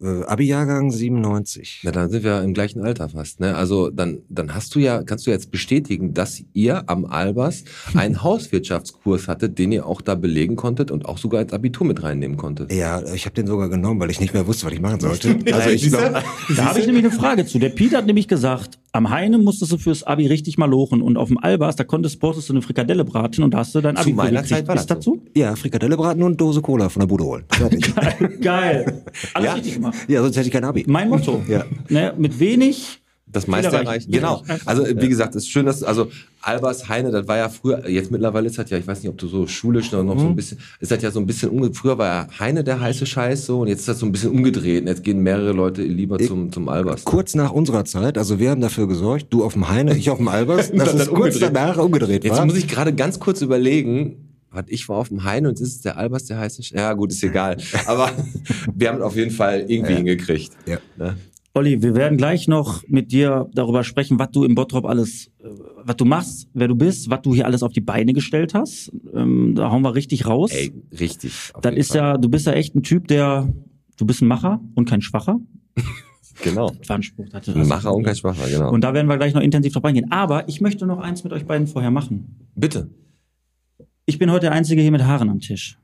Äh, Abi-Jahrgang 97. Na, dann sind wir im gleichen Alter fast, ne? Also, dann, dann hast du ja, kannst du jetzt bestätigen, dass ihr am Albers einen Hauswirtschaftskurs hattet, den ihr auch da belegen konntet und auch sogar als Abitur mit reinnehmen konntet. Ja, ich habe den sogar genommen, weil ich nicht mehr wusste, was ich machen sollte. Also ich Siehst du? glaube, Da habe ich nämlich eine Frage zu. Der Piet hat nämlich gesagt, am Heine musstest du fürs Abi richtig mal lochen und auf dem Albers, da konntest postest du eine Frikadelle braten und da hast du dein Abi für meiner gekriegt. Zeit war Ist das so. dazu? ja, Frikadelle braten und Dose Cola von der Bude holen. Fertig. Geil. Alles Ja. richtig gemacht. ja, sonst hätte ich kein Abi. Mein Motto. Ja. Ne, mit wenig Das meiste erreichen. erreicht. Genau. Einfach. Also, äh, wie gesagt, ist schön, dass, also, Albers Heine, das war ja früher, jetzt mittlerweile ist das ja, ich weiß nicht, ob du so schulisch noch, noch so Mhm. ein bisschen, ist das ja so ein bisschen umgedreht. Früher war ja Heine der heiße Scheiß so und jetzt ist das so ein bisschen umgedreht und jetzt gehen mehrere Leute lieber zum, zum Albers. Kurz nach unserer Zeit, also wir haben dafür gesorgt, du auf dem Heine, ich auf dem Albers, dass Dann es dann kurz umgedreht. danach umgedreht Jetzt war. muss ich gerade ganz kurz überlegen, was ich war auf dem Heine und ist es der Albers, der heiße Sch Ja, gut, ist egal. Aber wir haben es auf jeden Fall irgendwie hingekriegt. Ja. Ne? Olli, wir werden gleich noch mit dir darüber sprechen, was du im Bottrop alles, äh, was du machst, wer du bist, was du hier alles auf die Beine gestellt hast. Ähm, da hauen wir richtig raus. Ey, richtig. auf Dann jeden ist Fall. ja, du bist ja echt ein Typ, der, du bist ein Macher und kein Schwacher. Genau. Das war ein Spruch, hatte Ein Macher und kein Schwacher, genau. Also, Und da werden wir gleich noch intensiv drauf eingehen. Aber ich möchte noch eins mit euch beiden vorher machen. Bitte. Ich bin heute der Einzige hier mit Haaren am Tisch.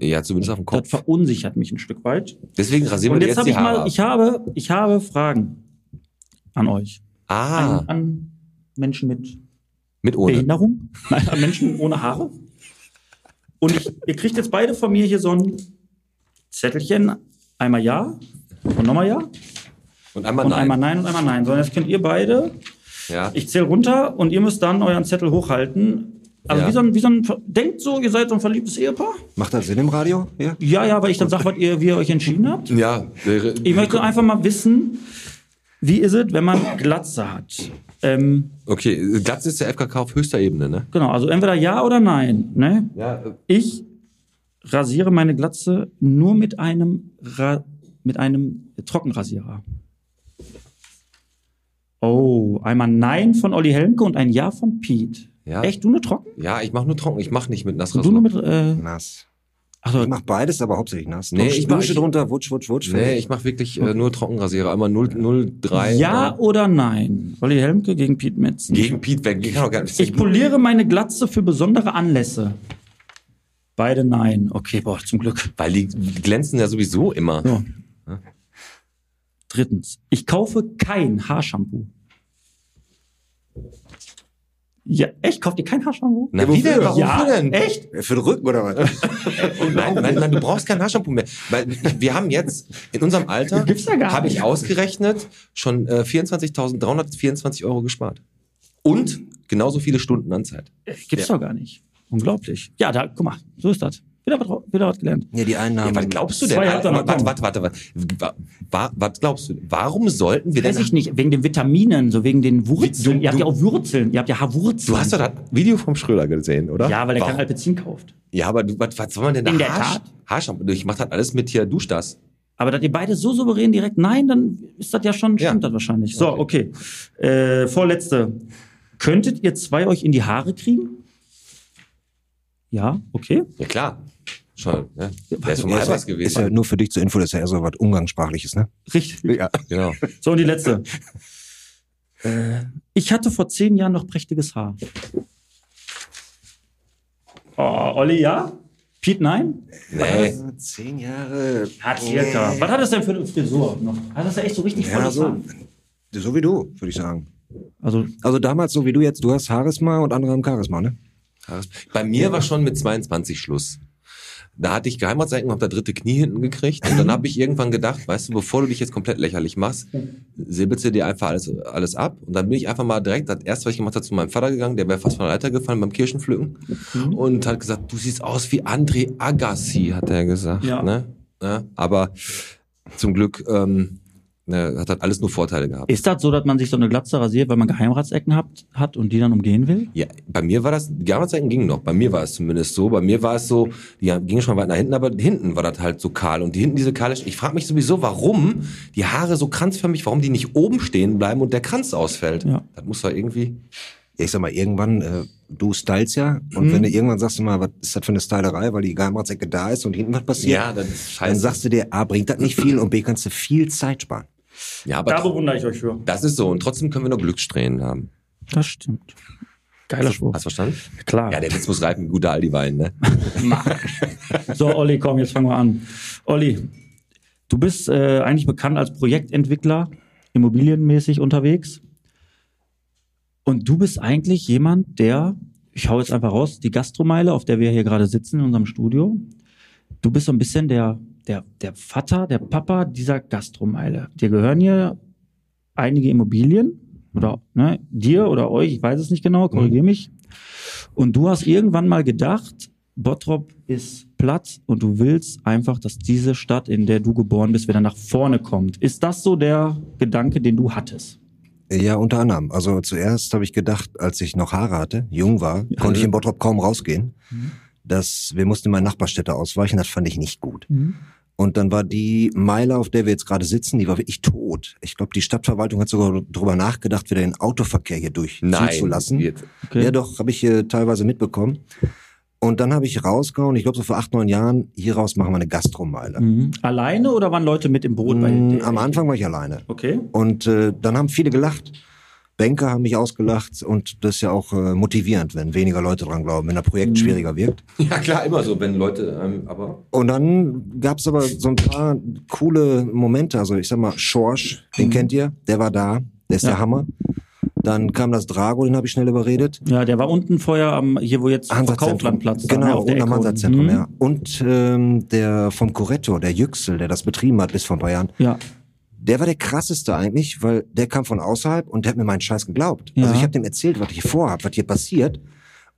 Ja, zumindest auf dem Das Kopf. verunsichert mich ein Stück weit. Deswegen rasieren Und wir jetzt jetzt, habe die ich Haare. mal, ich habe, ich habe Fragen an euch. ab. ah, An, an Menschen mit mit ohne. Behinderung? Nein, an Menschen ohne Haare? Und ich, ihr kriegt jetzt beide von mir hier so ein Zettelchen. Einmal ja und nochmal ja. Und einmal und nein. einmal nein und einmal nein. Sondern jetzt könnt ihr beide, Ja. ich zähle runter und ihr müsst dann euren Zettel hochhalten. Also Ja. wie, so ein, wie so ein, denkt so, ihr seid so ein verliebtes Ehepaar? Macht das Sinn im Radio? Ja. Ja, ja, weil ich dann sage, was ihr, wie ihr euch entschieden habt. ja. wäre- Ich möchte einfach mal wissen, wie ist es, wenn man Glatze hat? Ähm, Okay, Glatz ist der FKK auf höchster Ebene, ne? äh, genau, also entweder ja oder nein. Ne? Ja. Ich rasiere meine Glatze nur mit einem, Ra mit einem Trockenrasierer. Oh, einmal Nein von Olli Helmke und ein Ja von Pete. Ja. Echt, du nur trocken? Ja, ich mache nur trocken. Ich mache nicht mit Und du Nassrasur. nur mit, äh, Nass. achso, Ich mach beides, aber hauptsächlich nass. Nee, Dusche- ich mach- Dusche ich- drunter, wutsch, wutsch, wutsch. nee, fertig. ich mache wirklich äh, nur Trockenrasierer. Einmal 0, 03. Ja oder nein? Olli Helmke gegen Pete Metzen. Gegen Pete weg. Ich kann auch gar nicht. Ich poliere meine Glatze für besondere Anlässe. Beide nein. Okay, boah, zum Glück. Weil die glänzen ja sowieso immer. So. Drittens. Ich kaufe kein Haarshampoo. Ja, echt? Kauft ihr kein Haarshampoo? Na, Ja, wie denn? wofür? Warum ja, denn? echt? Für den Rücken oder was? Nein, nein, nein, du brauchst kein Haarshampoo mehr. Weil wir haben jetzt in unserem Alter, Gibt's ja gar habe ich nicht. ausgerechnet, schon äh, 24.324 Euro gespart. Und genauso viele Stunden an Zeit. Gibt's doch gar nicht. Unglaublich. Ja, da, guck mal, so ist das. Wieder, was- wieder was gelernt. ja, die einen haben. Ja, was glaubst du denn? Zwei hat er noch warte, kommen. warte, warte, warte. Wa- wa- Was glaubst du? Warum sollten wir denn... Weiß ich nicht, wegen den Vitaminen, so wegen den Wurzeln. Du- ihr habt du- ja auch Wurzeln, ihr habt ja Haarwurzeln. Du hast doch das Video vom Schröder gesehen, oder? ja, weil der Warum- kein Alpezin kauft. Ja, aber du, was, was soll man denn da? In der Haarsch- Tat. Haarshampoo. Ich mach das halt alles mit hier, dusch das. Aber dass ihr beide so souverän direkt nein, dann ist das ja schon, Ja. stimmt das wahrscheinlich. So, okay. Äh, vorletzte. Könntet ihr zwei euch in die Haare kriegen? Ja, okay. Ja, klar. Schon, ne? Der ist Ja, schon mal was ist, ja, ist ja gewesen. nur für dich zur Info, das ist ja eher so was Umgangssprachliches, ne? Richtig. Ja. Genau. So, und die letzte. Äh, ich hatte vor zehn Jahren noch prächtiges Haar. Oh, Olli, ja? Pete, nein? Nee. Zehn Jahre. Hat circa. Was hat das denn für eine Frisur noch? Hat das ja echt so richtig Ja, volles Haar? so, so wie du, würde ich sagen. Also, Also damals so wie du jetzt, du hast Charisma und andere haben Charisma, ne? Bei mir war schon mit 22 Schluss. Da hatte ich Geheimratsecken, hab da dritte Knie hinten gekriegt. Und dann habe ich irgendwann gedacht, weißt du, bevor du dich jetzt komplett lächerlich machst, säbelst du dir einfach alles, alles ab. Und dann bin ich einfach mal direkt, das erste, was ich gemacht habe, zu meinem Vater gegangen, der wäre fast von der Leiter gefallen beim Kirschenpflücken. Und hat gesagt, du siehst aus wie André Agassi, hat er gesagt. Ja. Ne? Ja, aber zum Glück ähm, ne, hat das alles nur Vorteile gehabt. ist das so, dass man sich so eine Glatze rasiert, weil man Geheimratsecken hat, hat und die dann umgehen will? Ja, bei mir war das, die Geheimratsecken gingen noch. Bei mir war es zumindest so. Bei mir war es so, die gingen schon weit nach hinten, aber hinten war das halt so kahl. Und die hinten diese kahle, ich frage mich sowieso, warum die Haare so kranzförmig, warum die nicht oben stehen bleiben und der Kranz ausfällt. Ja. Das muss doch irgendwie, Ja, ich sag mal, irgendwann, äh, du stylst ja Mhm. und wenn du irgendwann sagst, du mal, was ist das für eine Stylerei, weil die Geheimratsecke da ist und hinten was passiert, Ja, das ist scheiße. dann sagst du dir, A, bringt das nicht viel und B, kannst du viel Zeit sparen. ja, aber Da tro- bewundere ich euch für. das ist so. Und trotzdem können wir noch Glückssträhnen haben. Das stimmt. Geiler Spruch. Hast du verstanden? Ah. Klar. Ja, der Witz muss reifen, guter Aldi-Wein, ne? So, Olli, komm, jetzt fangen wir an. Olli, du bist äh, eigentlich bekannt als Projektentwickler, immobilienmäßig unterwegs. Und du bist eigentlich jemand, der, ich hau jetzt einfach raus, die Gastromeile, auf der wir hier gerade sitzen in unserem Studio, du bist so ein bisschen der, der, der Vater, der Papa dieser Gastromeile. Dir gehören hier einige Immobilien oder ne, dir oder euch, ich weiß es nicht genau, korrigier mich. Und du hast irgendwann mal gedacht, Bottrop ist platt und du willst einfach, dass diese Stadt, in der du geboren bist, wieder nach vorne kommt. Ist das so der Gedanke, den du hattest? Ja, unter anderem. Also zuerst habe ich gedacht, als ich noch Haare hatte, jung war, konnte ich in Bottrop kaum rausgehen. Mhm. Dass wir mussten mal Nachbarstädte ausweichen, das fand ich nicht gut. Und dann war die Meile, auf der wir jetzt gerade sitzen, die war wirklich tot. Ich glaube, die Stadtverwaltung hat sogar drüber nachgedacht, wieder den Autoverkehr hier durchziehen Nein. zu lassen. Jetzt. Okay. Ja, doch, habe ich äh, teilweise mitbekommen. Und dann habe ich rausgehauen, ich glaube so vor acht, neun Jahren, hieraus machen wir eine Gastromeile. Mhm. Alleine oder waren Leute mit im Boot? bei Mm, der Am Idee? Anfang war ich alleine. Okay. Und äh, dann haben viele gelacht. Banker haben mich ausgelacht und das ist ja auch äh, motivierend, wenn weniger Leute dran glauben, wenn ein Mhm. Projekt schwieriger wirkt. Ja, klar, immer so, wenn Leute, ähm, aber. Und dann gab's aber so ein paar coole Momente. Also ich sag mal, Schorsch, den kennt ihr, der war da, der ist Mhm. Ja. der Hammer. Dann kam das Drago, den habe ich schnell überredet. Ja, der war unten vorher am, hier wo jetzt Hansa-Zentrum. Kauflandplatz ist, ne, Genau, auf der unten am Ecke Hansa-Zentrum, unten. ja. Und ähm, der vom Corretto, der Yüksel, der das betrieben hat bis vor ein paar Jahren, Ja. Der war der krasseste eigentlich, weil der kam von außerhalb und der hat mir meinen Scheiß geglaubt. Ja. Also ich habe dem erzählt, was ich vorhab, was hier passiert.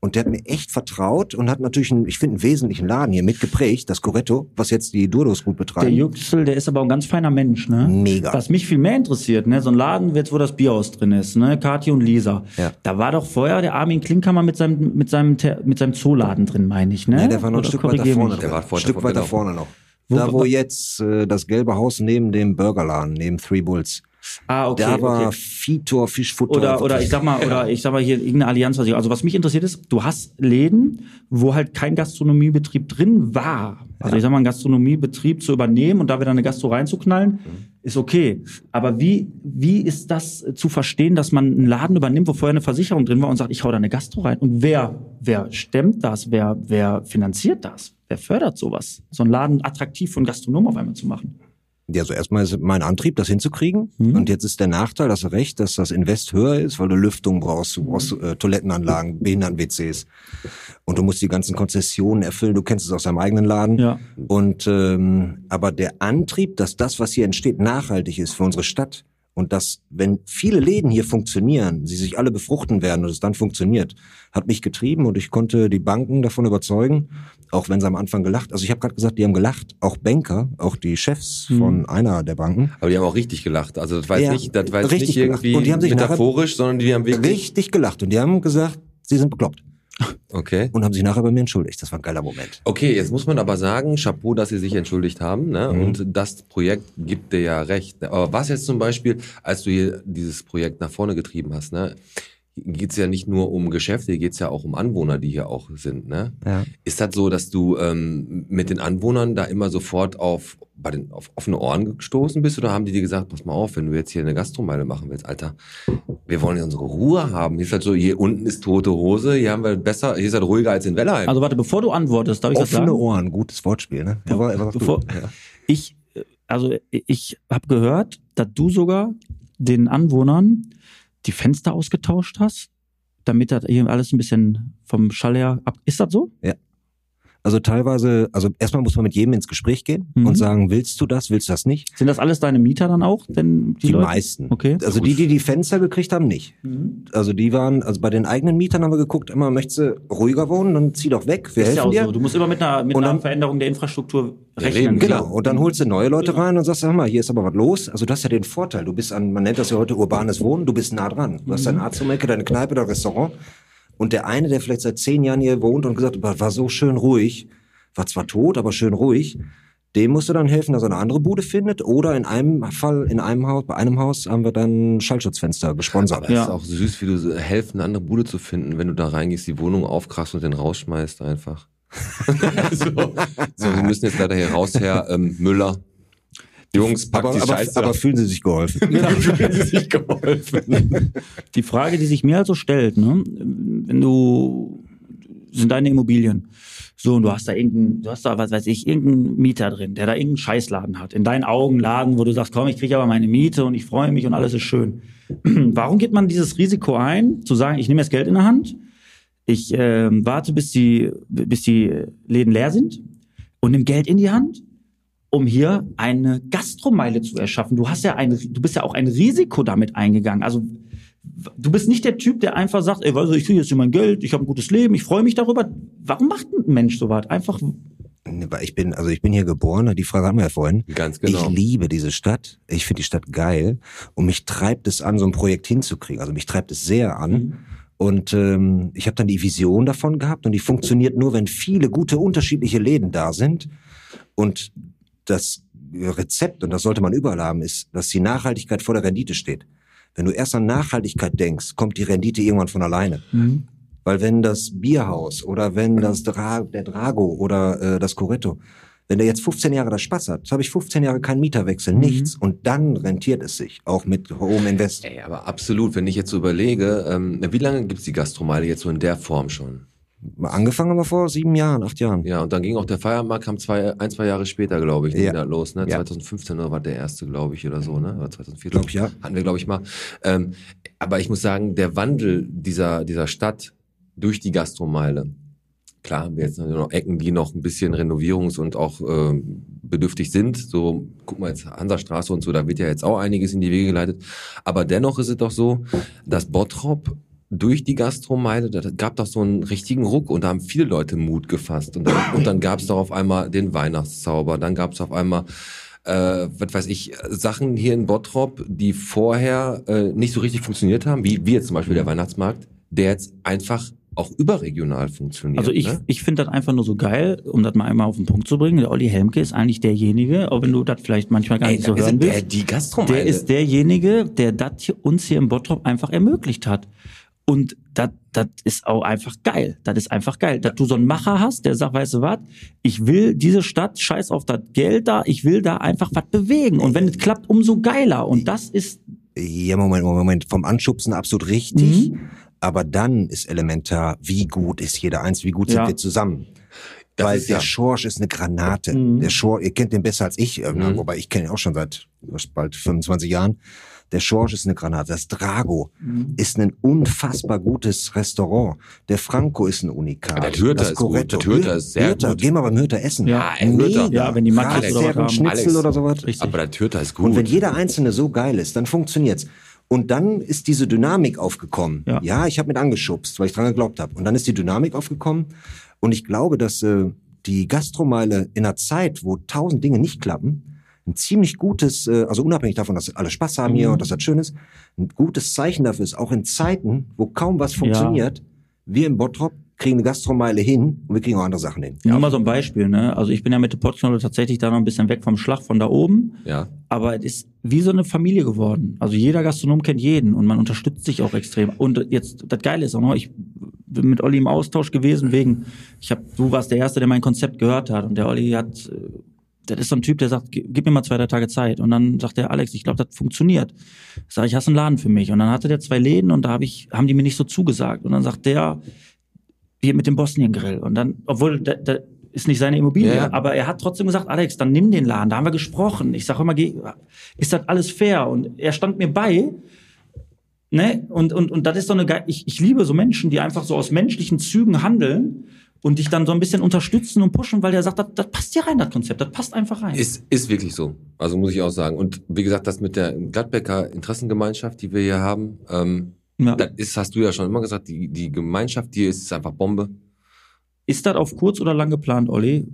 Und der hat mir echt vertraut und hat natürlich, einen, ich finde, einen wesentlichen Laden hier mitgeprägt, das Coretto, was jetzt die Durdos gut Der betreiben. Yüksel, der ist aber ein ganz feiner Mensch, ne? Mega. Was mich viel mehr interessiert, ne? So ein Laden, jetzt wo das Bierhaus drin ist, ne? Kathi und Lisa. Ja. Da war doch vorher der Armin Klinkhammer mit seinem, mit seinem, Ter- mit seinem Zooladen drin, meine ich, ne? Nee, der war noch ein Oder Stück weiter korrigier vorne. mich. Der war ein vorne, Stück vorne, weiter genau. vorne noch. Wo- Da, wo jetzt äh, das gelbe Haus neben dem Burgerladen, neben Three Bulls, Ah, okay. da war okay. Fitor, Fischfutter. Oder, oder ich sag mal, oder ich sag mal hier irgendeine Allianz, was ich, also was mich interessiert ist, du hast Läden, wo halt kein Gastronomiebetrieb drin war. Also ich sag mal, einen Gastronomiebetrieb zu übernehmen und da wieder eine Gastro reinzuknallen, ist okay. Aber wie, wie ist das zu verstehen, dass man einen Laden übernimmt, wo vorher eine Versicherung drin war und sagt, ich hau da eine Gastro rein? Und wer, wer stemmt das? Wer, wer finanziert das? Wer fördert sowas? So einen Laden attraktiv für einen Gastronom auf einmal zu machen? Ja, also erstmal ist mein Antrieb, das hinzukriegen. Mhm. Und jetzt ist der Nachteil, hast du recht, dass das Invest höher ist, weil du Lüftung brauchst, du brauchst äh, Toilettenanlagen, Behinderten-WCs. Und du musst die ganzen Konzessionen erfüllen. Du kennst es aus deinem eigenen Laden. Ja. Und ähm, aber der Antrieb, dass das, was hier entsteht, nachhaltig ist für unsere Stadt und dass, wenn viele Läden hier funktionieren, sie sich alle befruchten werden und es dann funktioniert, hat mich getrieben und ich konnte die Banken davon überzeugen, auch wenn sie am Anfang gelacht. Also ich habe gerade gesagt, die haben gelacht, auch Banker, auch die Chefs Mhm. von einer der Banken. Aber die haben auch richtig gelacht. Also das war jetzt Ja, nicht, das war jetzt richtig nicht irgendwie gelacht. Und die haben sich nachher- metaphorisch, sondern die haben wirklich. Richtig gelacht und die haben gesagt, sie sind bekloppt Okay. und haben sich nachher bei mir entschuldigt. Das war ein geiler Moment. Okay, jetzt muss man aber sagen, Chapeau, dass sie sich entschuldigt haben. Ne? Mhm. Und das Projekt gibt dir ja recht. ne? Aber was jetzt zum Beispiel, als du hier dieses Projekt nach vorne getrieben hast, ne? geht es ja nicht nur um Geschäfte, geht es ja auch um Anwohner, die hier auch sind. Ne? Ja. Ist das so, dass du ähm, mit den Anwohnern da immer sofort auf, bei den, auf offene Ohren gestoßen bist? Oder haben die dir gesagt, pass mal auf, wenn du jetzt hier eine Gastromeile machen willst, Alter, wir wollen ja unsere Ruhe haben. Hier ist halt so, hier unten ist tote Hose, hier haben wir besser, hier ist halt ruhiger als in Wellheim. Also warte, bevor du antwortest, darf ich das sagen? Offene Ohren, gutes Wortspiel, ne? Ja, war, war Bevor- gut. Ja. Ich, äh, also äh, ich habe gehört, dass du sogar den Anwohnern die Fenster ausgetauscht hast, damit das hier alles ein bisschen vom Schall her ab. Ist das so? Also teilweise, also erstmal muss man mit jedem ins Gespräch gehen Mhm. und sagen, willst du das, willst du das nicht? Sind das alles deine Mieter dann auch? Denn die Die, Leute? meisten. Okay. Also die, die die Fenster gekriegt haben, nicht. Mhm. Also die waren, also bei den eigenen Mietern haben wir geguckt, immer möchtest du ruhiger wohnen, dann zieh doch weg, wir ist ja helfen auch so. dir. Du musst immer mit einer, mit Und einer dann- Veränderung der Infrastruktur Wir rechnen. reden, Genau, und dann holst du neue Leute Genau. rein und sagst, sag mal, hier ist aber was los. Also du hast ja den Vorteil, du bist an, man nennt das ja heute urbanes Wohnen, du bist nah dran. Du hast Mhm. deinen Arzt um die Ecke, deine Kneipe, dein Restaurant. Und der eine, der vielleicht seit zehn Jahren hier wohnt und gesagt, hat, war so schön ruhig, war zwar tot, aber schön ruhig, dem musst du dann helfen, dass er eine andere Bude findet. Oder in einem Fall, in einem Haus, bei einem Haus haben wir dann Schallschutzfenster gesponsert. Aber Ja. es ist auch süß, wie du so- helfen, eine andere Bude zu finden, wenn du da reingehst, die Wohnung aufkrachst und den rausschmeißt einfach. so. so, wir müssen jetzt leider hier raus, Herr ähm, Müller. Jungs, packt Aber, die aber, Scheiße. Genau. aber fühlen sie sich geholfen. fühlen sie sich geholfen. Die Frage, die sich mir also stellt, ne, wenn du sind deine Immobilien. So, und du hast da irgendeinen, du hast da, was weiß ich, irgendeinen Mieter drin, der da irgendeinen Scheißladen hat. In deinen Augen Laden, wo du sagst, komm, ich kriege aber meine Miete und ich freue mich und alles ist schön. Warum geht man dieses Risiko ein, zu sagen, ich nehme jetzt Geld in der Hand, ich ähm, warte, bis die, bis die Läden leer sind und nimm Geld in die Hand, um hier eine Gastromeile zu erschaffen. Du hast ja ein, du bist ja auch ein Risiko damit eingegangen. Also w- du bist nicht der Typ, der einfach sagt, ey, also ich kriege jetzt hier mein Geld, ich habe ein gutes Leben, ich freue mich darüber. Warum macht ein Mensch so was? Einfach Nee, weil Ich bin, also ich bin hier geboren, die Frage hatten wir ja vorhin. Ganz genau. Ich liebe diese Stadt. Ich finde die Stadt geil. Und mich treibt es an, so ein Projekt hinzukriegen. Also mich treibt es sehr an. Mhm. Und ähm, ich habe dann die Vision davon gehabt und die funktioniert nur, wenn viele gute, unterschiedliche Läden da sind. Und das Rezept, und das sollte man überall haben, ist, dass die Nachhaltigkeit vor der Rendite steht. Wenn du erst an Nachhaltigkeit denkst, kommt die Rendite irgendwann von alleine. Hm? Weil wenn das Bierhaus oder wenn das Dra der Drago oder äh, das Coretto, wenn der jetzt 15 Jahre das Spaß hat, habe ich 15 Jahre keinen Mieterwechsel, nichts. Und dann rentiert es sich, auch mit hohem Invest. Ey, aber absolut, wenn ich jetzt so überlege, ähm, wie lange gibt's die Gastromeile jetzt so in der Form schon? Mal Angefangen haben wir vor sieben Jahren, acht Jahren. Ja, und dann ging auch der Feiermarkt, kam zwei, ein, zwei Jahre später, glaube ich, Ja. wieder los. Ne? Ja. 2015 oder war der erste, glaube ich, oder so, ne? Oder 2014. Glaub ich, ja. Hatten wir, glaube ich, mal. Ähm, aber ich muss sagen, der Wandel dieser, dieser Stadt durch die Gastromeile, klar haben wir jetzt noch Ecken, die noch ein bisschen renovierungs- und auch ähm, bedürftig sind. So, guck mal jetzt Hansastraße und so, da wird ja jetzt auch einiges in die Wege geleitet. Aber dennoch ist es doch so, dass Bottrop durch die Gastromeile, da gab doch so einen richtigen Ruck und da haben viele Leute Mut gefasst. Und dann, und dann gab es doch auf einmal den Weihnachtszauber, dann gab es auf einmal, äh, was weiß ich, Sachen hier in Bottrop, die vorher äh, nicht so richtig funktioniert haben, wie, wie jetzt zum Beispiel der Mhm. Weihnachtsmarkt, der jetzt einfach auch überregional funktioniert. Also ich, ne? ich finde das einfach nur so geil, um das mal einmal auf den Punkt zu bringen. Der Olli Helmke ist eigentlich derjenige, auch wenn du das vielleicht manchmal gar Ey, nicht so da ist hören der, willst. die Gastromeile. äh, Der ist derjenige, der das hier- uns hier im Bottrop einfach ermöglicht hat. Und das das ist auch einfach geil. Das ist einfach geil. Dass du so einen Macher hast, der sagt, weißt du was, ich will diese Stadt, scheiß auf das Geld da, ich will da einfach was bewegen. Und wenn es klappt, umso geiler. Und das ist, Ja, Moment, Moment, Moment. Vom Anschubsen absolut richtig. Aber dann ist elementar, wie gut ist jeder eins, wie gut Ja. sind wir zusammen. Das Weil ist der ja- Schorsch ist eine Granate. Mhm. Der Schorsch, ihr kennt den besser als ich, äh, na, Mhm. wobei ich kenne ihn auch schon seit bald 25 Jahren. Der Schorsch ist eine Granate. Das Drago ist ein unfassbar gutes Restaurant. Der Franco ist ein Unikat. Ja, der Hürter das ist gut. Corretto. Der Hürter ist sehr Hürter, gut. Geh mal beim Hürter essen. Ja, ey, Hürter. Mega. Ja, wenn die Makis Gerade oder was deren haben. Schnitzel Alex. oder sowas. Richtig. aber der Türter ist gut. Und wenn jeder Einzelne so geil ist, dann funktioniert's. Und dann ist diese Dynamik aufgekommen. Ja. Ja, ich habe mit angeschubst, weil ich dran geglaubt habe. Und dann ist die Dynamik aufgekommen. Und ich glaube, dass äh, die Gastromeile in einer Zeit, wo tausend Dinge nicht klappen, ein ziemlich gutes, äh, also unabhängig davon, dass alle Spaß haben hier und dass das schön ist, ein gutes Zeichen dafür ist, auch in Zeiten, wo kaum was funktioniert, wir im Bottrop kriegen eine Gastromeile hin und wir kriegen auch andere Sachen hin. nur mal so ein Beispiel, ne? Also ich bin ja mit der Potknolle tatsächlich da noch ein bisschen weg vom Schlag von da oben. ja. Aber es ist wie so eine Familie geworden. Also jeder Gastronom kennt jeden und man unterstützt sich auch extrem. Und jetzt, das Geile ist auch noch, ich bin mit Olli im Austausch gewesen, wegen, ich hab, du warst der Erste, der mein Konzept gehört hat. Und der Olli hat, äh, das ist so ein Typ, der sagt, "Gib- gib mir mal zwei, drei Tage Zeit. Und dann sagt der Alex, ich glaube, das funktioniert. Sag ich, hast einen Laden für mich. Und dann hatte der zwei Läden und da hab ich, haben die mir nicht so zugesagt. Und dann sagt der, hier mit dem Bosnien-Grill. Und dann, obwohl, da, da ist nicht seine Immobilie, Ja. aber er hat trotzdem gesagt, Alex, dann nimm den Laden. Da haben wir gesprochen. Ich sage immer, geh, ist das alles fair? Und er stand mir bei. Ne? Und, und, und das ist so eine geil. Ich, ich liebe so Menschen, die einfach so aus menschlichen Zügen handeln und dich dann so ein bisschen unterstützen und pushen, weil der sagt, das, das passt hier rein, das Konzept, das passt einfach rein. Ist, ist wirklich so. Also muss ich auch sagen. Und wie gesagt, das mit der Gladbecker Interessengemeinschaft, die wir hier haben, ähm, ja. das ist, hast du ja schon immer gesagt, die, die Gemeinschaft hier ist einfach Bombe. Ist das auf kurz oder lang geplant, Olli?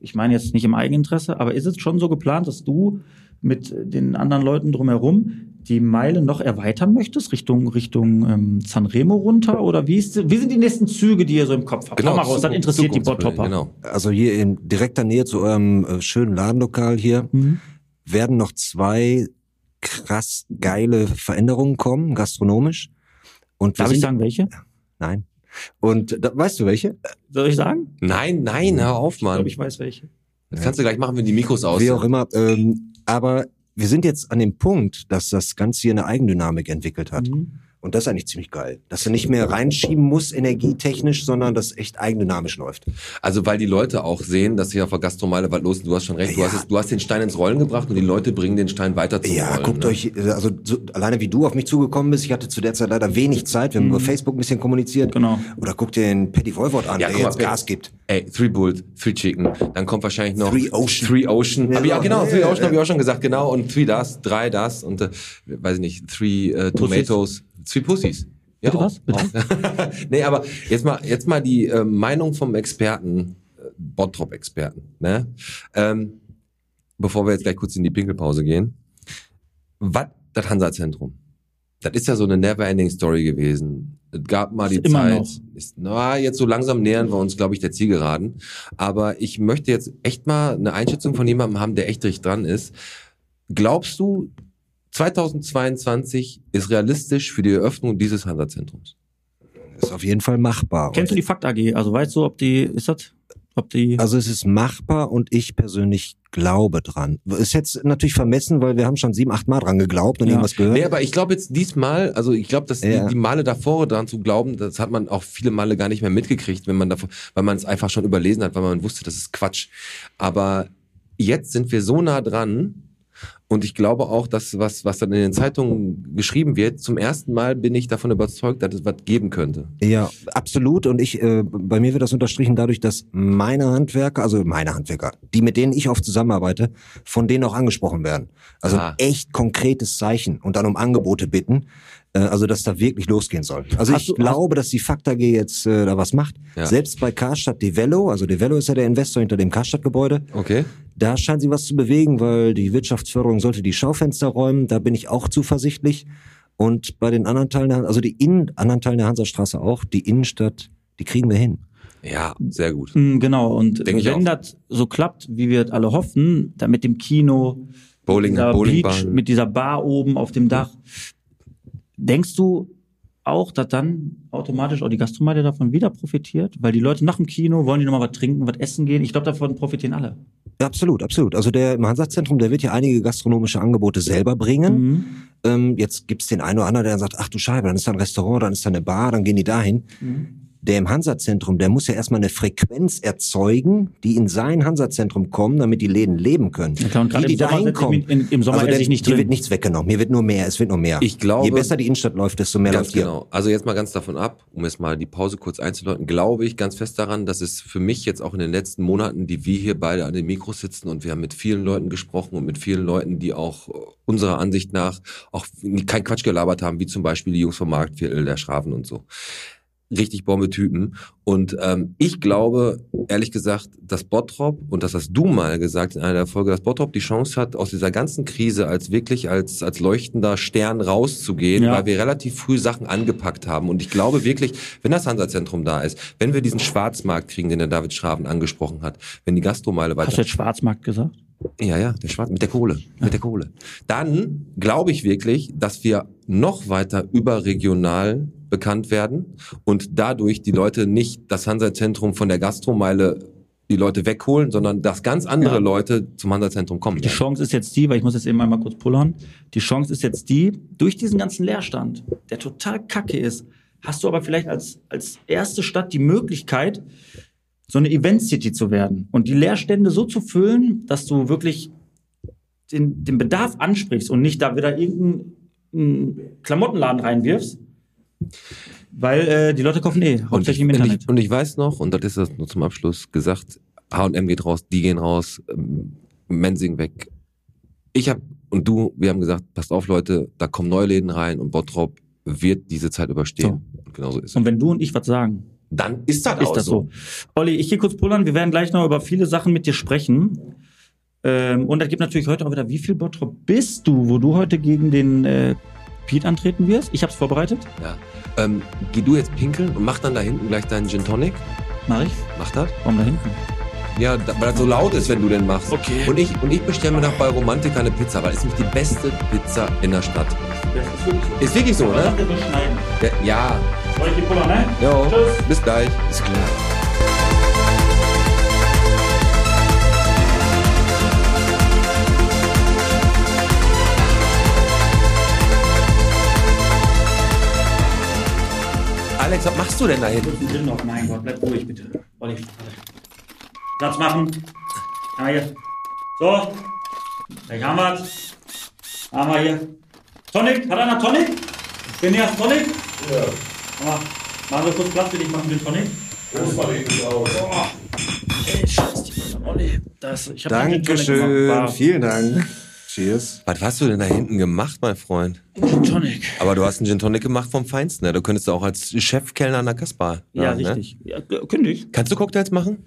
Ich meine jetzt nicht im Eigeninteresse, aber ist es schon so geplant, dass du mit den anderen Leuten drumherum die Meile noch erweitern möchtest, Richtung, Richtung ähm, Sanremo runter? Oder wie, ist, wie sind die nächsten Züge, die ihr so im Kopf habt? Komm mal raus, das Genau, Zukunft- interessiert die Zukunftspläne, Bottropper. Genau. Also hier in direkter Nähe zu eurem äh, schönen Ladenlokal hier. Mhm. werden noch zwei krass geile Veränderungen kommen, gastronomisch. Und wir Darf ich sind- sagen, welche? Nein. Und da, weißt du welche? Soll ich sagen? Nein, nein, hör auf, Ich Mann. glaube, ich weiß welche. Das kannst du gleich machen, wenn die Mikros aus Wie auch immer. Ähm, aber wir sind jetzt an dem Punkt, dass das Ganze hier eine Eigendynamik entwickelt hat. Mhm. Und das ist eigentlich ziemlich geil. Dass du nicht mehr reinschieben musst, energietechnisch, sondern das echt eigendynamisch läuft. Also weil die Leute auch sehen, dass hier auf der Gastromeile was los ist. Du hast schon recht, du, Ja. hast es, du hast den Stein ins Rollen gebracht und die Leute bringen den Stein weiter zum Ja, Rollen. guckt ne? euch, äh, also so, alleine wie du auf mich zugekommen bist, ich hatte zu der Zeit leider wenig Zeit, wir haben über Facebook ein bisschen kommuniziert. Mhm. Genau. Oder guckt dir den Patty Wolford an, Ja, der guck mal, jetzt Patty- Gas gibt. Ey, Three Bull, Three Chicken, dann kommt wahrscheinlich noch Three Ocean. Three Ocean. Ja, Aber ja, so, genau, ja, Three ja, Ocean ja. habe ich auch schon gesagt, genau. Und Three das, drei das und äh, weiß ich nicht, Three Pussies. äh, Tomatoes, Three Pussies. Ja, Bitte was? Bitte? nee, aber jetzt mal, jetzt mal die äh, Meinung vom Experten, äh, Bottrop-Experten, ne? Ähm, bevor wir jetzt gleich kurz in die Pinkelpause gehen. Was, das Hansa-Zentrum? Das ist ja so eine never-ending Story gewesen. Es gab mal die Ist immer Zeit. noch. Ist, na, jetzt so langsam nähern wir uns, glaube ich, der Zielgeraden. Aber ich möchte jetzt echt mal eine Einschätzung von jemandem haben, der echt richtig dran ist. Glaubst du, 2022 ist realistisch für die Eröffnung dieses Hansa-Zentrums? Ist auf jeden Fall machbar. Kennst du die Fakt AG? Also weißt du, ob die, ist das, ob die, Also es ist machbar und ich persönlich glaube dran. Ist jetzt natürlich vermessen, weil wir haben schon sieben, acht Mal dran geglaubt und Ja. irgendwas gehört. Nee, aber ich glaube jetzt diesmal, also ich glaube, dass Ne? Ja. die, die Male davor daran zu glauben, das hat man auch viele Male gar nicht mehr mitgekriegt, wenn man davor, weil man es einfach schon überlesen hat, weil man wusste, das ist Quatsch. Aber jetzt sind wir so nah dran und ich glaube auch, dass was, was dann in den Zeitungen geschrieben wird, zum ersten Mal bin ich davon überzeugt, dass es was geben könnte. Ja, absolut. Und ich, äh, bei mir wird das unterstrichen dadurch, dass meine Handwerker, also meine Handwerker, die mit denen ich oft zusammenarbeite, von denen auch angesprochen werden. Also Ah. ein echt konkretes Zeichen und dann um Angebote bitten. Äh, Äh, Also, dass da wirklich losgehen soll. Also, Hast ich du- hast- glaube, dass die Fakt AG jetzt äh, da was macht. Ja. Selbst bei Karstadt Develo, also Develo ist ja der Investor hinter dem Karstadt-Gebäude, Okay. da scheint sie was zu bewegen, weil die Wirtschaftsförderung sollte die Schaufenster räumen. Da bin ich auch zuversichtlich. Und bei den anderen Teilen, der, also die Innen, anderen Teilen der Hansastraße auch, die Innenstadt, die kriegen wir hin. Ja, sehr gut. Mm, Genau, und Denk ich wenn auch. das so klappt, wie wir es alle hoffen, da mit dem Kino, Bowling, mit, dieser Beach, Bowlingbahn. mit dieser Bar oben auf dem Dach, denkst du auch, dass dann automatisch auch die Gastronomie davon wieder profitiert? Weil die Leute nach dem Kino wollen die nochmal was trinken, was essen gehen. Ich glaube, davon profitieren alle. Ja, Absolut, absolut. Also der im Hansa-Zentrum, der wird ja einige gastronomische Angebote selber bringen. Mhm. Ähm, jetzt gibt's den einen oder anderen, der dann sagt, ach du Scheibe, dann ist da ein Restaurant, dann ist da eine Bar, dann gehen die dahin. Mhm. Der im Hansa-Zentrum, der muss ja erstmal eine Frequenz erzeugen, die in sein Hansa-Zentrum kommen, damit die Läden leben können. Ja, klar, und Wie gerade die im Sommer dahin setz ich kommen. mich- in- im Sommer also esse der- ich nicht hier drin. wird nichts weggenommen, hier wird nur mehr, es wird nur mehr. Ich glaube- Je besser die Innenstadt läuft, desto mehr Ganz läuft hier. genau. Also jetzt mal ganz davon ab, um jetzt mal die Pause kurz einzuleiten, glaube ich ganz fest daran, dass es für mich jetzt auch in den letzten Monaten, die wir hier beide an den Mikros sitzen und wir haben mit vielen Leuten gesprochen und mit vielen Leuten, die auch äh, unserer Ansicht nach auch kein Quatsch gelabert haben, wie zum Beispiel die Jungs vom Marktviertel, der Schraven und so. Richtig Bombe-Typen. Und ähm, ich glaube, ehrlich gesagt, dass Bottrop, und das hast du mal gesagt in einer der Folge, dass Bottrop die Chance hat, aus dieser ganzen Krise als wirklich als, als leuchtender Stern rauszugehen, Ja. weil wir relativ früh Sachen angepackt haben. Und ich glaube wirklich, wenn das Hansa-Zentrum da ist, wenn wir diesen Schwarzmarkt kriegen, den der David Schraven angesprochen hat, wenn die Gastromeile weiter... Hast du jetzt Schwarzmarkt gesagt? Ja, ja, der Schwarz mit der Kohle, mit der Kohle. Dann glaube ich wirklich, dass wir noch weiter überregional bekannt werden und dadurch die Leute nicht das Hansa-Zentrum von der Gastromeile die Leute wegholen, sondern dass ganz andere Ja. Leute zum Hansa-Zentrum kommen. Die Chance ist jetzt die, weil ich muss jetzt eben einmal kurz pullern, die Chance ist jetzt die, durch diesen ganzen Leerstand, der total kacke ist, hast du aber vielleicht als, als erste Stadt die Möglichkeit, so eine Event-City zu werden und die Leerstände so zu füllen, dass du wirklich den, den Bedarf ansprichst und nicht da wieder irgendeinen mm, Klamottenladen reinwirfst, weil äh, die Leute kaufen eh, Und hauptsächlich ich, im und, Internet. ich, und ich weiß noch, und das ist das nur zum Abschluss gesagt, H&M geht raus, die gehen raus, ähm, Mensing weg. Ich habe und du, wir haben gesagt, passt auf Leute, da kommen neue Läden rein und Bottrop wird diese Zeit überstehen. Und genau so ist es. Und wenn du und ich was sagen, dann ist das Ist auch das so. so? Olli, ich gehe kurz pullern. Wir werden gleich noch über viele Sachen mit dir sprechen. Ähm, und das gibt natürlich heute auch wieder, wie viel Bottrop bist du, wo du heute gegen den äh, Pete antreten wirst? Ich habe es vorbereitet. Ja. Ähm, geh du jetzt pinkeln und mach dann da hinten gleich deinen Gin Tonic. Mach ich. Mach das. Komm da hinten. Ja, da, weil das so laut ist, wenn du den machst. Okay. Und ich, und ich bestelle mir noch bei Romantik eine Pizza, weil es ist nämlich die beste Pizza in der Stadt. Ist wirklich so, ne? Ja. ja. Soll ich die pullern, ne? Jo. Tschüss. Bis gleich. Ist klar. Alex, was machst du denn da hinten? Kurzen Sinn noch. Mein Gott, bleib ruhig bitte. Olli, warte. Platz machen. Ja, hier. So. Gleich haben wir's. Haben wir hier. Tonic? Hat einer Tonic? Bin ich erst Tonic? Ja. Mal, machen wir kurz Platz für dich, machen wir Tonic. Groß mal eben raus. Ey, scheiß die Olli. Das, ich hab den Tonic gemacht. War- vielen Dank. Cheers. Was hast du denn da hinten gemacht, mein Freund? Tonic. Aber du hast einen Gin Tonic gemacht vom Feinsten. Ne? Du könntest auch als Chefkellner an der Kaspar. Ja, ne? richtig. Ja, kündig. Kannst du Cocktails machen?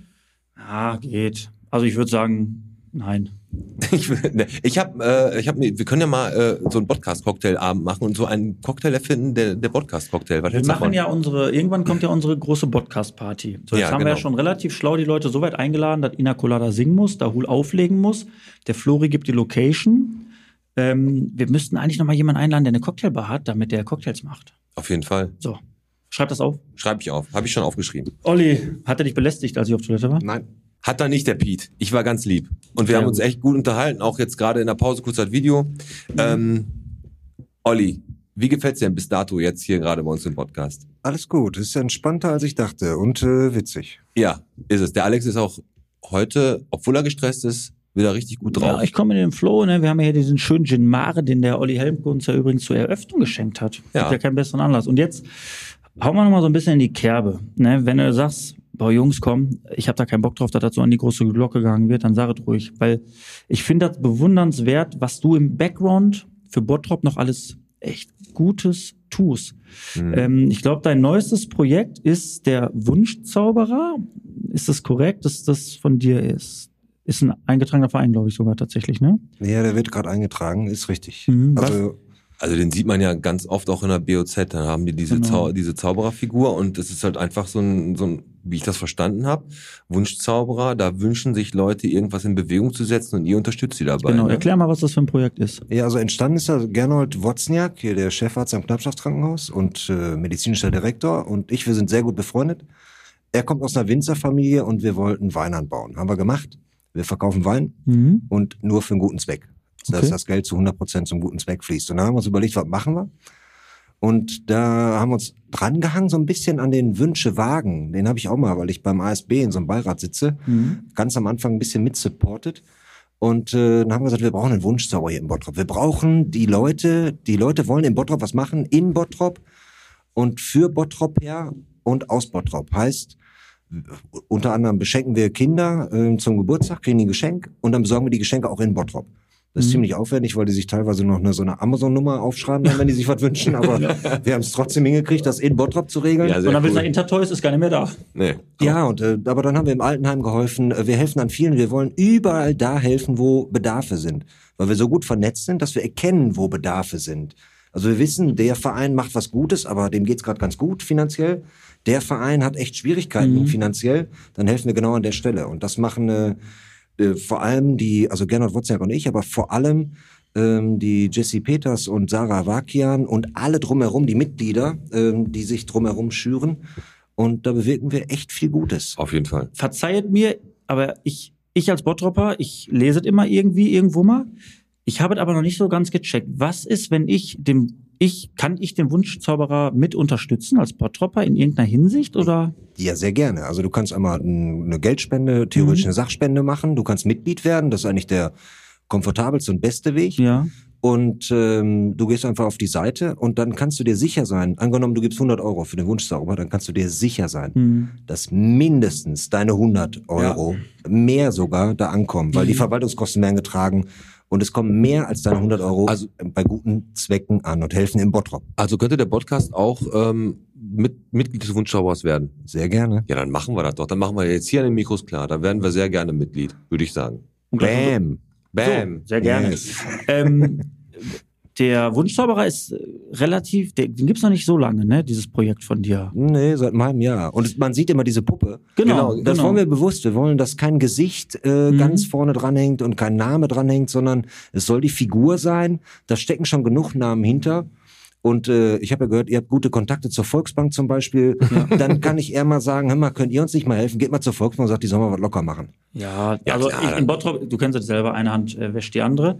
Ah, geht. Also ich würde sagen, nein. Ich, will- ne. ich habe, äh, ich hab, mir- wir können ja mal äh, so einen Podcast-Cocktailabend machen und so einen Cocktail erfinden, der, der Podcast-Cocktail. Was Wir hältst du machen davon? ja unsere, irgendwann kommt ja unsere große Podcast-Party. So, jetzt Ja, haben wir ja genau. schon relativ schlau die Leute so weit eingeladen, dass Ina Colada singen muss, Dahul auflegen muss. Der Flori gibt die Location. Ähm, wir müssten eigentlich nochmal jemanden einladen, der eine Cocktailbar hat, damit der Cocktails macht. Auf jeden Fall. So, schreib das auf. Schreibe ich auf. Habe ich schon aufgeschrieben. Olli, hat er dich belästigt, als ich auf Toilette war? Nein. Hat da nicht der Pete. Ich war ganz lieb. Und wir Sehr haben uns gut. echt gut unterhalten, auch jetzt gerade in der Pause kurz das Video. Ähm, Olli, wie gefällt's dir denn bis dato jetzt hier gerade bei uns im Podcast? Alles gut, ist entspannter als ich dachte und äh, witzig. Ja, ist es. Der Alex ist auch heute, obwohl er gestresst ist, wieder richtig gut drauf. Ja, ich komme in den Flow, ne? Wir haben ja hier diesen schönen Gin Mare, den der Olli Helmke uns ja übrigens zur Eröffnung geschenkt hat. Ja. Gibt ja keinen besseren Anlass. Und jetzt hauen wir nochmal so ein bisschen in die Kerbe. Ne? Wenn du sagst, boah, Jungs, komm, ich habe da keinen Bock drauf, dass das so an die große Glocke gegangen wird, dann sag es ruhig. Weil ich finde das bewundernswert, was du im Background für Bottrop noch alles echt Gutes tust. Mhm. Ähm, ich glaube, dein neuestes Projekt ist der Wunschzauberer. Ist das korrekt, dass das von dir ist? Ist ein eingetragener Verein, glaube ich sogar tatsächlich, ne? Ja, der wird gerade eingetragen, ist richtig. Mhm, was- Also Also den sieht man ja ganz oft auch in der BOZ. Dann haben die diese, Genau. Zau diese Zaubererfigur und es ist halt einfach so ein, so ein wie ich das verstanden habe, Wunschzauberer. Da wünschen sich Leute, irgendwas in Bewegung zu setzen und ihr unterstützt sie dabei. genau, ne? erklär mal, was das für ein Projekt ist. Ja, also entstanden ist ja Gernot Wozniak, hier der Chefarzt am Knappschaftskrankenhaus und äh, medizinischer Direktor. Und ich, wir sind sehr gut befreundet. Er kommt aus einer Winzerfamilie und wir wollten Wein anbauen. Haben wir gemacht. Wir verkaufen Wein Mhm. und nur für einen guten Zweck. Dass Okay. das Geld zu 100 Prozent zum guten Zweck fließt. Und dann haben wir uns überlegt, was machen wir? Und da haben wir uns drangehangen, so ein bisschen an den Wünschewagen. Den habe ich auch mal, weil ich beim ASB in so einem Beirat sitze Mhm. ganz am Anfang ein bisschen mitsupportet. Und äh, dann haben wir gesagt, wir brauchen einen Wunschzauber hier in Bottrop. Wir brauchen die Leute, die Leute wollen in Bottrop was machen, in Bottrop und für Bottrop her und aus Bottrop. Heißt, äh, unter anderem beschenken wir Kinder äh, zum Geburtstag, kriegen die ein Geschenk und dann besorgen wir die Geschenke auch in Bottrop. Das ist Mhm. ziemlich aufwendig, weil die sich teilweise noch eine, so eine Amazon-Nummer aufschreiben, wenn die sich was wünschen. Aber wir haben es trotzdem hingekriegt, das in Bottrop zu regeln. Ja, Und sehr dann willst du sagen, cool. Intertoys ist gar nicht mehr da. Nee. Ja, und, äh, aber dann haben wir im Altenheim geholfen. Äh, Wir helfen an vielen. Wir wollen überall da helfen, wo Bedarfe sind. Weil wir so gut vernetzt sind, dass wir erkennen, wo Bedarfe sind. Also wir wissen, der Verein macht was Gutes, aber dem geht's grad gerade ganz gut finanziell. Der Verein hat echt Schwierigkeiten Mhm. finanziell. Dann helfen wir genau an der Stelle. Und das machen äh, äh, vor allem die, also Gernot Wozniak und ich, aber vor allem ähm, die Jessie Peters und Sarah Wakian und alle drumherum, die Mitglieder, ähm, die sich drumherum schüren. Und da bewirken wir echt viel Gutes. Auf jeden Fall. Verzeiht mir, aber ich, ich als Bottropper, ich lese es immer irgendwie irgendwo mal. Ich habe es aber noch nicht so ganz gecheckt. Was ist, wenn ich dem, ich, kann ich den Wunschzauberer mit unterstützen als Bottropper in irgendeiner Hinsicht oder? Ja, sehr gerne. Also du kannst einmal n- eine Geldspende, theoretisch Mhm. eine Sachspende machen. Du kannst Mitglied werden. Das ist eigentlich der komfortabelste und beste Weg. Ja. Und ähm, du gehst einfach auf die Seite und dann kannst du dir sicher sein, angenommen du gibst 100 Euro für den Wunschzauber, dann kannst du dir sicher sein, Hm. dass mindestens deine 100 Euro, mehr sogar, da ankommen. Weil die Mhm. Verwaltungskosten werden getragen und es kommen mehr als deine 100 Euro Also- bei guten Zwecken an und helfen im Bottrop. Also könnte der Podcast auch ähm, mit, Mitglied des Wunschschauers werden. Sehr gerne. Ja, dann machen wir das doch. Dann machen wir jetzt hier an den Mikros klar. Dann werden wir sehr gerne Mitglied, würde ich sagen. Bam. Bam. So, sehr gerne. Yes. Ähm, der Wunschzauberer ist äh, relativ, der, den gibt's noch nicht so lange, ne? Dieses Projekt von dir. Nee, seit einem halben Jahr. Und man sieht immer diese Puppe. Genau, Das genau. wollen wir bewusst. Wir wollen, dass kein Gesicht äh, Mhm. ganz vorne dranhängt und kein Name dranhängt, sondern es soll die Figur sein. Da stecken schon genug Namen hinter. Und äh, ich habe ja gehört, ihr habt gute Kontakte zur Volksbank zum Beispiel. Dann kann ich eher mal sagen, hör mal, könnt ihr uns nicht mal helfen? Geht mal zur Volksbank und sagt, die sollen mal was locker machen. Ja, Ja, also klar, ich, dann- in Bottrop, du kennst es selber, eine Hand äh, wäscht die andere.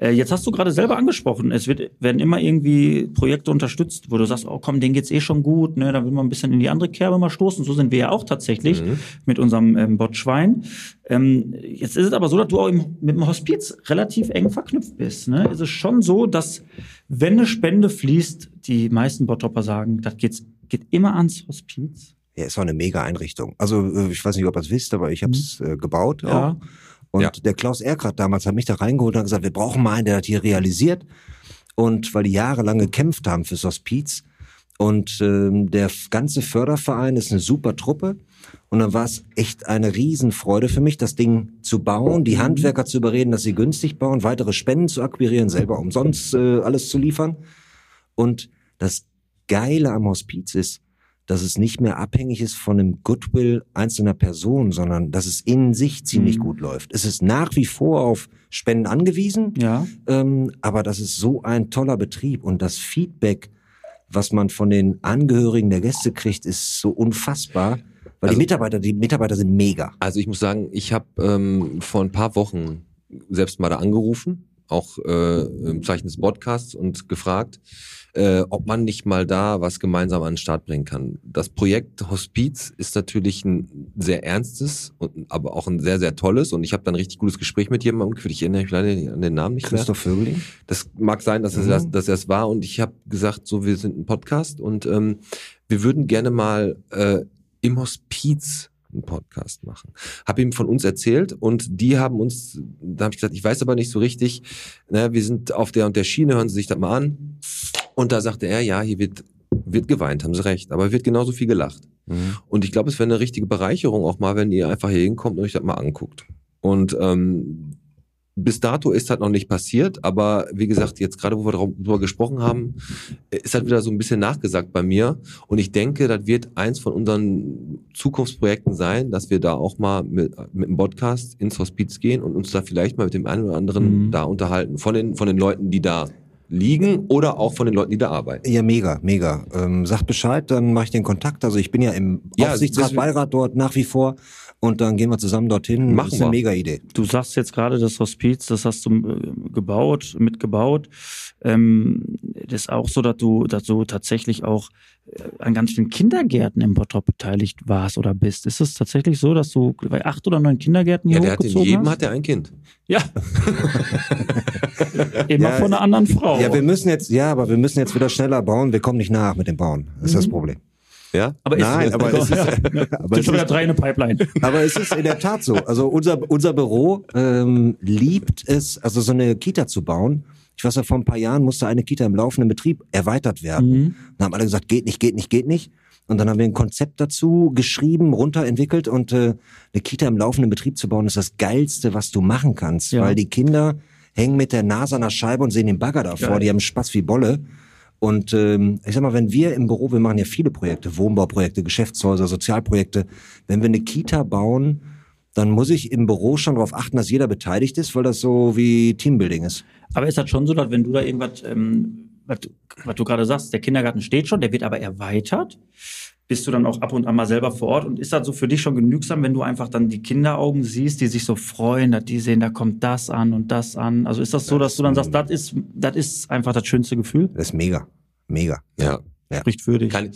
Äh, jetzt hast du gerade selber angesprochen, es wird, werden immer irgendwie Projekte unterstützt, wo du sagst, oh komm, denen geht's eh schon gut, ne, dann will man ein bisschen in die andere Kerbe mal stoßen. So sind wir ja auch tatsächlich Mhm. mit unserem ähm, Botschwein. Ähm, jetzt ist es aber so, dass du auch im, mit dem Hospiz relativ eng verknüpft bist. Ne? Es ist schon so, dass wenn eine Spende fließt, die meisten Bottropper sagen, das geht's, geht immer ans Hospiz. Ja, ist auch eine mega Einrichtung. Also äh, ich weiß nicht, ob ihr es wisst, aber ich habe es äh, gebaut. Auch. Mhm. Ja. Und Ja. der Klaus Erkrat damals hat mich da reingeholt und hat gesagt, wir brauchen mal einen, der das hier realisiert. Und weil die jahrelang gekämpft haben fürs Hospiz. Und ähm, der f- ganze Förderverein ist eine super Truppe. Und dann war es echt eine Riesenfreude für mich, das Ding zu bauen, die Handwerker zu überreden, dass sie günstig bauen, weitere Spenden zu akquirieren, selber umsonst äh, alles zu liefern. Und das Geile am Hospiz ist, dass es nicht mehr abhängig ist von dem Goodwill einzelner Personen, sondern dass es in sich ziemlich Mhm. gut läuft. Es ist nach wie vor auf Spenden angewiesen, Ja. ähm, aber das ist so ein toller Betrieb und das Feedback, was man von den Angehörigen der Gäste kriegt, ist so unfassbar. Weil Also- die Mitarbeiter, die Mitarbeiter sind mega. Also ich muss sagen, ich habe ähm, vor ein paar Wochen selbst mal da angerufen, auch äh, im Zeichen des Podcasts und gefragt, äh, ob man nicht mal da was gemeinsam an den Start bringen kann. Das Projekt Hospiz ist natürlich ein sehr ernstes, und, aber auch ein sehr, sehr tolles. Und ich habe dann ein richtig gutes Gespräch mit jemandem geführt. Ich erinnere mich leider an den Namen nicht mehr. Christoph Vögeling? Das mag sein, dass, es, Mhm. das- dass er es war. Und ich habe gesagt, so, wir sind ein Podcast und ähm, wir würden gerne mal äh, im Hospiz einen Podcast machen. Habe ihm von uns erzählt und die haben uns, da habe ich gesagt, ich weiß aber nicht so richtig, ne, wir sind auf der und der Schiene, hören Sie sich das mal an. Und da sagte er, ja, hier wird, wird geweint, haben sie recht, aber wird genauso viel gelacht. Und ich glaube, es wäre eine richtige Bereicherung auch mal, wenn ihr einfach hier hinkommt und euch das mal anguckt. Und ähm, bis dato ist das noch nicht passiert, aber wie gesagt, jetzt gerade, wo wir drau- drüber gesprochen haben, ist halt wieder so ein bisschen nachgesagt bei mir. Und ich denke, das wird eins von unseren Zukunftsprojekten sein, dass wir da auch mal mit, mit dem Podcast ins Hospiz gehen und uns da vielleicht mal mit dem einen oder anderen Mhm. da unterhalten. Von den, von den Leuten, die da liegen oder auch von den Leuten, die da arbeiten. Ja, mega, mega. Ähm, sagt Bescheid, dann mache ich den Kontakt. Also ich bin ja im Ja, Aufsichtsrat, deswegen- Beirat dort nach wie vor. Und dann gehen wir zusammen dorthin. Machen das ist eine wir. mega Idee. Du sagst jetzt gerade das Hospiz, das hast du äh, gebaut, mitgebaut. Ähm, das ist auch so, dass du, dass du tatsächlich auch äh, an ganz vielen Kindergärten im Bottrop beteiligt warst oder bist. Ist es tatsächlich so, dass du bei acht oder neun Kindergärten hier Ja, der hat in hochgezogen jedem hast? hat er ein Kind. Ja. Immer Ja, von einer anderen Frau. Ja, wir müssen jetzt, ja, aber wir müssen jetzt wieder schneller bauen. Wir kommen nicht nach mit dem Bauen. Das ist das Problem. Ja? aber ist, Nein, aber es ist, aber sind es schon wieder ist, drei in der Pipeline. aber es ist in der Tat so. Also unser, unser Büro ähm, liebt es, also so eine Kita zu bauen. Ich weiß ja, vor ein paar Jahren musste eine Kita im laufenden Betrieb erweitert werden. Mhm. Dann haben alle gesagt, geht nicht, geht nicht, geht nicht. Und dann haben wir ein Konzept dazu geschrieben, runterentwickelt und äh, eine Kita im laufenden Betrieb zu bauen, ist das Geilste, was du machen kannst, Ja. weil die Kinder hängen mit der Nase an der Scheibe und sehen den Bagger davor, Geil. die haben Spaß wie Bolle. Und ähm, ich sag mal, wenn wir im Büro, wir machen ja viele Projekte, Wohnbauprojekte, Geschäftshäuser, Sozialprojekte, wenn wir eine Kita bauen, dann muss ich im Büro schon darauf achten, dass jeder beteiligt ist, weil das so wie Teambuilding ist. Aber ist das schon so, dass wenn du da irgendwas, ähm, was, du- was du gerade sagst, der Kindergarten steht schon, der wird aber erweitert? Bist du dann auch ab und an mal selber vor Ort? Und ist das so für dich schon genügsam, wenn du einfach dann die Kinderaugen siehst, die sich so freuen, dass die sehen, da kommt das an und das an? Also ist das so, dass du dann sagst, das ist, das ist einfach das schönste Gefühl? Das ist mega, mega. Ja. Spricht für dich. Kann,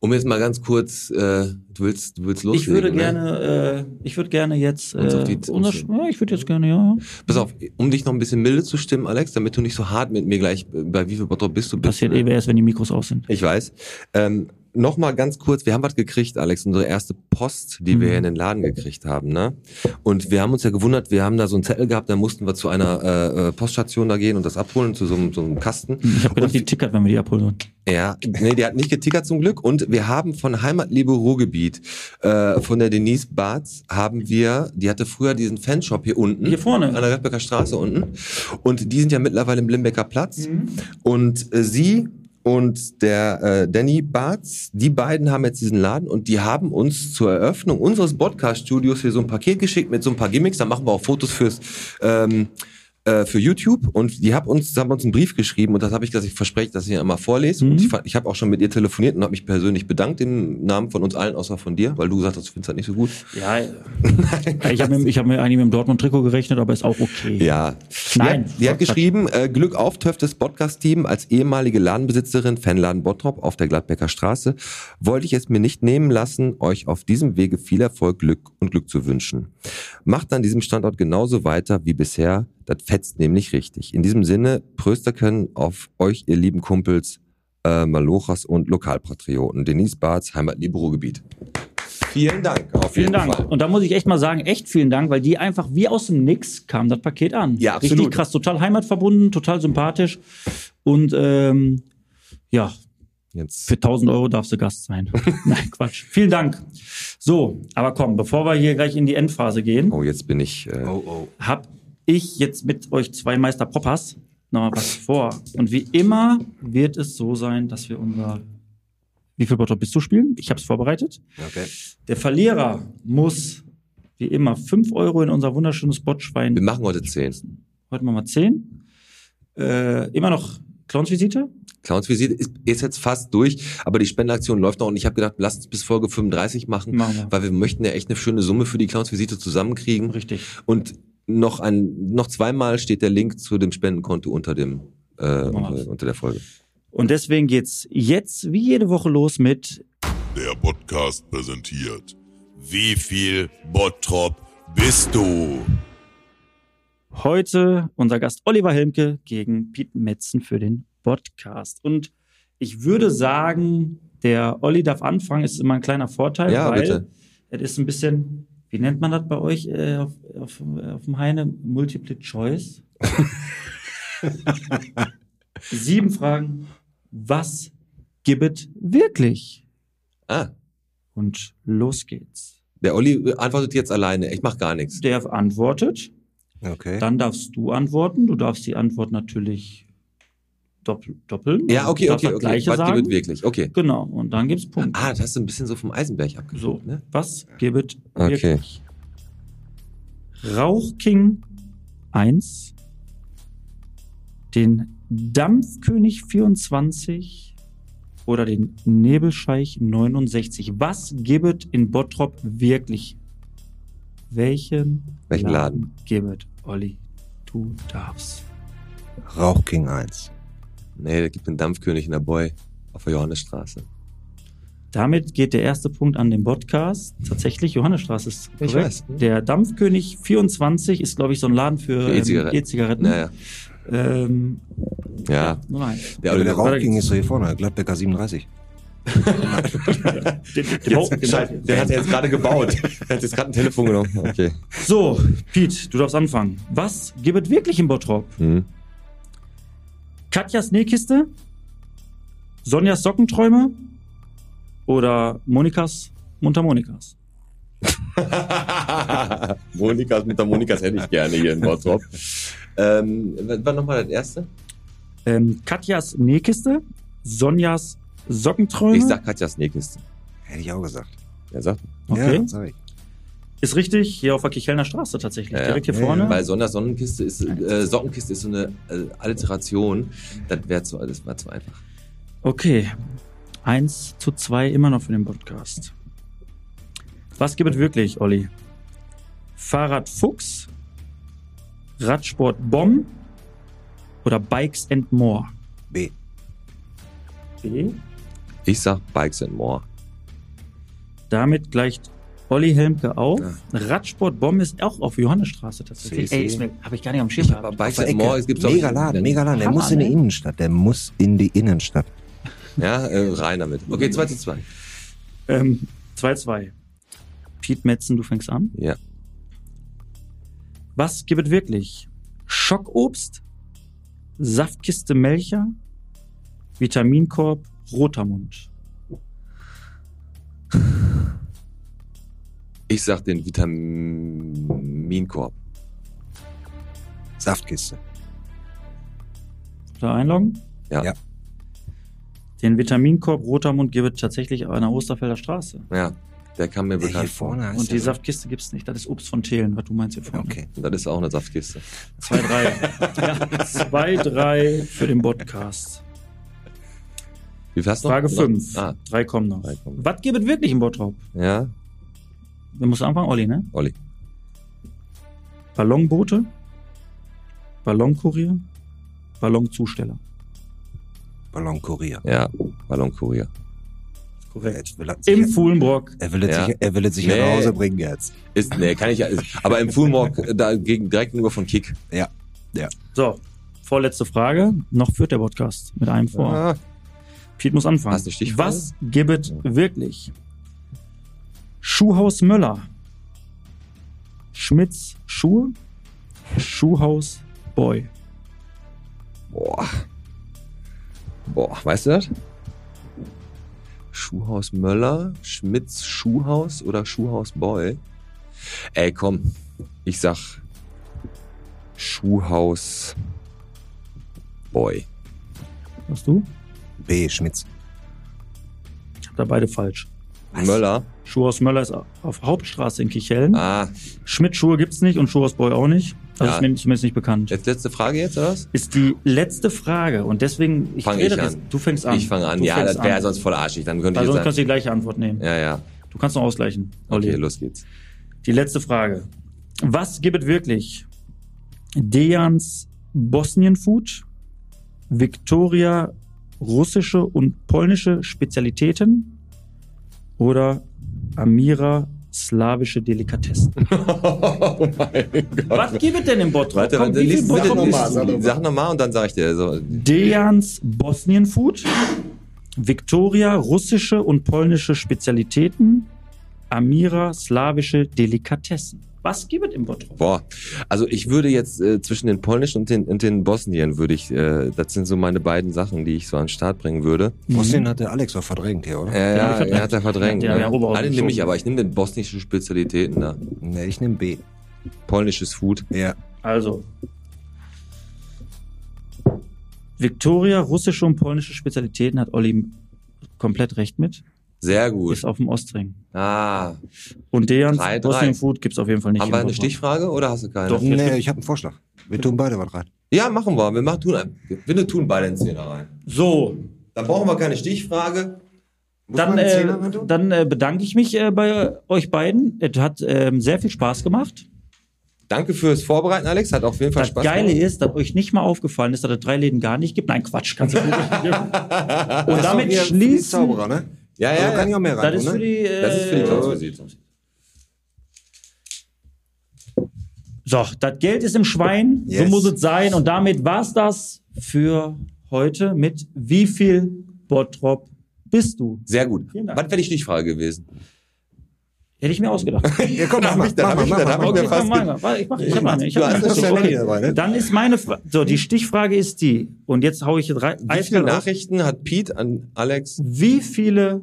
um jetzt mal ganz kurz, äh, du willst, du willst Ich loslegen. würde ne? gerne, äh, ich würde gerne jetzt, äh, Uns auf die- unser, ja, ich würde jetzt gerne, ja, Pass auf, um dich noch ein bisschen milde zu stimmen, Alex, damit du nicht so hart mit mir gleich äh, bei wie viel Bottrop bist du bist. passiert eh ne? eben erst, wenn die Mikros aus sind. Ich weiß. Ähm, noch mal ganz kurz, wir haben was gekriegt, Alex, unsere erste Post, die wir Mhm. in den Laden gekriegt haben, ne? Und wir haben uns ja gewundert, wir haben da so einen Zettel gehabt, da mussten wir zu einer äh, äh, Poststation da gehen und das abholen zu so, einem- so einem Kasten. Ich habe gedacht, Und- die tickert, wenn wir die abholen. sollen. Ja, nee, die hat nicht getickert zum Glück. Und wir haben von Heimatliebe Ruhrgebiet, äh, von der Denise Barz, haben wir, die hatte früher diesen Fanshop hier unten. Hier vorne. An der Gladbecker Straße unten. Und die sind ja mittlerweile im Limbecker Platz. Und äh, sie und der äh, Danny Barz, die beiden haben jetzt diesen Laden und die haben uns zur Eröffnung unseres Podcast-Studios hier so ein Paket geschickt mit so ein paar Gimmicks. Da machen wir auch Fotos fürs... Ähm, äh, für YouTube und die haben uns, haben uns einen Brief geschrieben und das habe ich gesagt, ich verspreche, dass ich ihn einmal vorlese. Und ich, fa- ich habe auch schon mit ihr telefoniert und habe mich persönlich bedankt im Namen von uns allen, außer von dir, weil du gesagt hast, du findest das nicht so gut. Ja, ich habe mir, ich hab mir eigentlich mit dem Dortmund-Trikot gerechnet, aber ist auch okay. Ja. Nein. Die hat, die hat geschrieben, äh, Glück auf, Töff des Podcast-Team. Als ehemalige Ladenbesitzerin, Fanladen Bottrop auf der Gladbecker Straße, wollte ich es mir nicht nehmen lassen, euch auf diesem Wege viel Erfolg, Glück und Glück zu wünschen. Macht an diesem Standort genauso weiter wie bisher. Das fetzt nämlich richtig. In diesem Sinne, Pröster können auf euch, ihr lieben Kumpels, äh, Malochas und Lokalpatrioten. Denise Barz, Heimatliebe Ruhrgebiet. Vielen Dank. Auf Vielen jeden Dank. Fall. Und da muss ich echt mal sagen, echt vielen Dank, weil die einfach wie aus dem Nix kam das Paket an. Ja, Richtig absolut. krass, total heimatverbunden, total sympathisch. Und ähm, ja, Jetzt. für 1000 Euro darfst du Gast sein. Nein, Quatsch. Vielen Dank. So, aber komm, bevor wir hier gleich in die Endphase gehen, Oh, jetzt bin ich. Äh, oh. hab ich jetzt mit euch zwei Meister Poppers nochmal was vor. Und wie immer wird es so sein, dass wir unser. Wie viel Bottrop bist du spielen? Ich habe es vorbereitet. Okay. Der Verlierer muss wie immer 5 Euro in unser wunderschönes Botschwein. Wir machen heute zehn. Heute machen wir 10. Äh, immer noch Clownsvisite. Clownsvisite ist, ist jetzt fast durch, aber die Spendenaktion läuft noch und ich habe gedacht, lasst uns bis Folge 35 machen, Machen wir. weil wir möchten ja echt eine schöne Summe für die Clownsvisite zusammenkriegen. Richtig. Und noch ein, noch zweimal steht der Link zu dem Spendenkonto unter dem äh, wir's. unter, unter der Folge. Und deswegen geht's jetzt wie jede Woche los mit Der Podcast präsentiert. Wie viel Bottrop bist du? heute unser Gast Oliver Helmke gegen Piet Metzen für den Podcast. Und ich würde sagen, der Olli darf anfangen, ist immer ein kleiner Vorteil, Ja, weil bitte. es ist ein bisschen, wie nennt man das bei euch äh, auf, auf, auf dem Heine? Multiple Choice. Sieben Fragen, Was gibbet wirklich? Ah, Und los geht's. der Olli antwortet jetzt alleine. Ich mach gar nichts. Der antwortet, Okay. dann darfst du antworten. Du darfst die Antwort natürlich doppel doppeln. Ja, Du okay, darfst okay, das okay. Gleiche Was sagen. gibt wirklich? Okay. Genau, und dann gibt's Punkte. Ah, das hast du ein bisschen so vom Eisenberg abgeführt, So, ne? was gibt Okay. wirklich? Rauchking 1, den Dampfkönig 24 oder den Nebelscheich 69. Was gibt in Bottrop wirklich? Welchen, Welchen Laden? gibt Olli? Du darfst. Rauchking 1. Nee, da gibt einen Dampfkönig in der Boy auf der Johannesstraße. Damit geht der erste Punkt an den Podcast. Tatsächlich, Johannesstraße ist korrekt. Ich weiß. Der Dampfkönig 24 ist, glaube ich, so ein Laden für Für ähm, E-Zigaretten. E-Zigaretten. Naja, Ähm, ja. nur eins. Der Ja, Olli der der, Rauchking ist so hier vorne, Gladbecker 37. Den, den Bau- den jetzt, Bau- Scheiße, der hat jetzt gerade gebaut. Der hat jetzt gerade ein Telefon genommen. Okay. So, Pete, du darfst anfangen. Was gibt wirklich im Bottrop? Hm. Katjas Nähkiste? Sonjas Sockenträume? Oder Monikas Mundharmonikas? Monikas, mit der Monikas hätte ich gerne hier in Bottrop. ähm, was war nochmal das erste? Ähm, Katjas Nähkiste? Sonjas Sockenträume? Ich sag Katjas Nähkiste. Hätte ich auch gesagt. Er sagt, okay. Ja, sag ich. Ist richtig, hier auf der Kichelner Straße tatsächlich. Ja, ja. Direkt hier Ja, vorne. weil Sonder Sonnenkiste ist, äh, Sockenkiste ist so eine äh, Alliteration. Das wäre zu, das war zu einfach. Okay. 1 zu 2 immer noch für den Podcast. Was gibt es wirklich, Olli? Fahrrad Fuchs, Radsport Bomb oder Bikes and More? B. B. Ich sag Bikes and More. Damit gleicht Olli Helmke auf. Ja. Radsport Bomb ist auch auf Johannesstraße tatsächlich. C, C. Ey, ist mir, hab ich gar nicht am Schirm Aber gehabt. Bikes Auf der and More, es gibt Mega Laden, mega Laden. Der Hammer, muss in die ne? Innenstadt. Der muss in die Innenstadt. Ja, äh, rein damit. Okay, 2 zu 2. Ähm, 2-2. Piet Metzen, du fängst an. Ja. Was gibt es wirklich? Schockobst, Saftkiste Melcher, Vitaminkorb, roter Mund. Ich sag den Vitaminkorb. Saftkiste. Da einloggen? Ja. Ja. Den Vitaminkorb roter Mund gibt es tatsächlich an der Osterfelder Straße. Ja, der kam mir bekannt vor. heißt Und die der- Saftkiste gibt es nicht. Das ist Obst von Thelen, was du meinst hier vorne. Okay. Und das ist auch eine Saftkiste. Zwei, drei. ja, zwei, drei für den Podcast. Wie viel hast du noch? Frage Noch- fünf. Ah, Drei kommen noch. Drei kommen noch. Was gibt es wirklich im Bottrop? ja, Wir müssen anfangen, Olli, ne? Olli. Ballonboote, Ballonkurier, Ballonzusteller. Ballonkurier. Ja, Ballonkurier. Korrekt. Jetzt will er Im sich- Fuhlenbrock. Er will es Ja. sich, er will es sich Nee. nach Hause bringen jetzt. Ist, nee, kann ich ja. Ist, aber im Fullmorg äh, dagegen direkt nur von Kick. So, vorletzte Frage. Noch führt der Podcast mit einem vor. Ah, Piet muss anfangen. Hast du Stichworte? Was gibt wirklich? Schuhhaus Möller. Schmitz Schuhe. Schuhhaus Boy. boah. Boah, weißt du das? Schuhhaus Möller, Schmitz Schuhhaus oder Schuhhaus Boy? Ey, komm. Ich sag Schuhhaus Boy. Hast du? B. Schmitz. Ich hab da beide falsch. Möller. Schuhhaus Möller ist auf Hauptstraße in Kichellen. Ah, Schmidt Schuhe gibt's nicht und Schuhhaus Boy auch nicht. Das Ja. ist mir zumindest nicht bekannt. jetzt letzte Frage jetzt, oder was? ist die letzte Frage und deswegen ich Fang rede ich jetzt. an. Du fängst an. Ich fange an. Du ja, fängst das wäre an. sonst voll arschig. Dann könnte Weil ich sonst jetzt kannst sagen. du die gleiche Antwort nehmen. Ja, ja. Du kannst noch ausgleichen. Okay, Olli. los geht's. Die letzte Frage. Was gibt es wirklich? Dejans Bosnien-Food, Victoria russische und polnische Spezialitäten oder Amira slawische Delikatessen? Oh mein Was gibt es denn im Bottrop? Warte, Komm, warte, wie viel liest, bitte, Bottrop liest, nochmal? Sag doch mal. sag nochmal und dann sag ich dir. So, Dejans Bosnien Food, Victoria russische und polnische Spezialitäten, Amira slawische Delikatessen. Was gibt es im Bottrop? Boah, also ich würde jetzt äh, zwischen den polnischen und den, und den Bosnien würde ich, äh, das sind so meine beiden Sachen, die ich so an den Start bringen würde. Bosnien hat der Alex auch verdrängt hier, oder? hab Äh, ja, ich verdrängt. er hat er verdrängt. Ja, ne? ja, Oberhausen Ah, den nehme ich schon. aber, ich nehme den bosnischen Spezialitäten da. Nee, ich nehme B. Polnisches Food. Ja. Also. Victoria, russische und polnische Spezialitäten hat Olli komplett recht mit. Sehr Ist gut. auf dem Ostring. Ah, Und Dejans Drei, drei. Bosnian Food gibt's auf jeden Fall nicht. haben im wir eine Bottrop. Stichfrage oder hast du keine? Doch. Nee, ich habe einen Vorschlag. Wir tun beide was rein. Ja, machen wir. Wir machen, tun, ein- wir ne, tun beide einen Zehner rein. So, Dann brauchen wir keine Stichfrage. dann, man einen Zehner äh, rein tun? dann äh, bedanke ich mich äh, bei euch beiden. Es hat ähm, sehr viel Spaß gemacht. Danke fürs Vorbereiten, Alex. Hat auf jeden Fall Das Spaß Geile gemacht. ist, dass euch nicht mal aufgefallen ist, dass es drei Läden gar nicht gibt. Nein, Quatsch, kannst du nicht. Und Das ist auch damit hier für die schließen. Zauberer, ne? Ja, Also ja, kann ich ja. auch mehr rein Das ist tun, für ne? die. Äh, Das ist für so, die Tanzmusik. das Geld ist im Schwein, so Yes. muss es sein. Und damit war's das für heute mit Wie viel Bottrop bist du? Sehr gut. Vielen Dank. Was wäre die Stichfrage gewesen? Hätte ich mir ausgedacht. Ja, komm, mach mal, ich- dann hab mach mal, ich- mach dann mal, hab mach ich- Okay, mal. ich mach meine. Warte, ich mach, ich hab meine. Ich Du hab hast meine. das ja Okay. Handy dabei, ne? Dann ist meine Frage. So, die Stichfrage ist die. Und jetzt hau ich jetzt rein. Wie viele eiskalt raus. Nachrichten hat Pete an Alex? Wie viele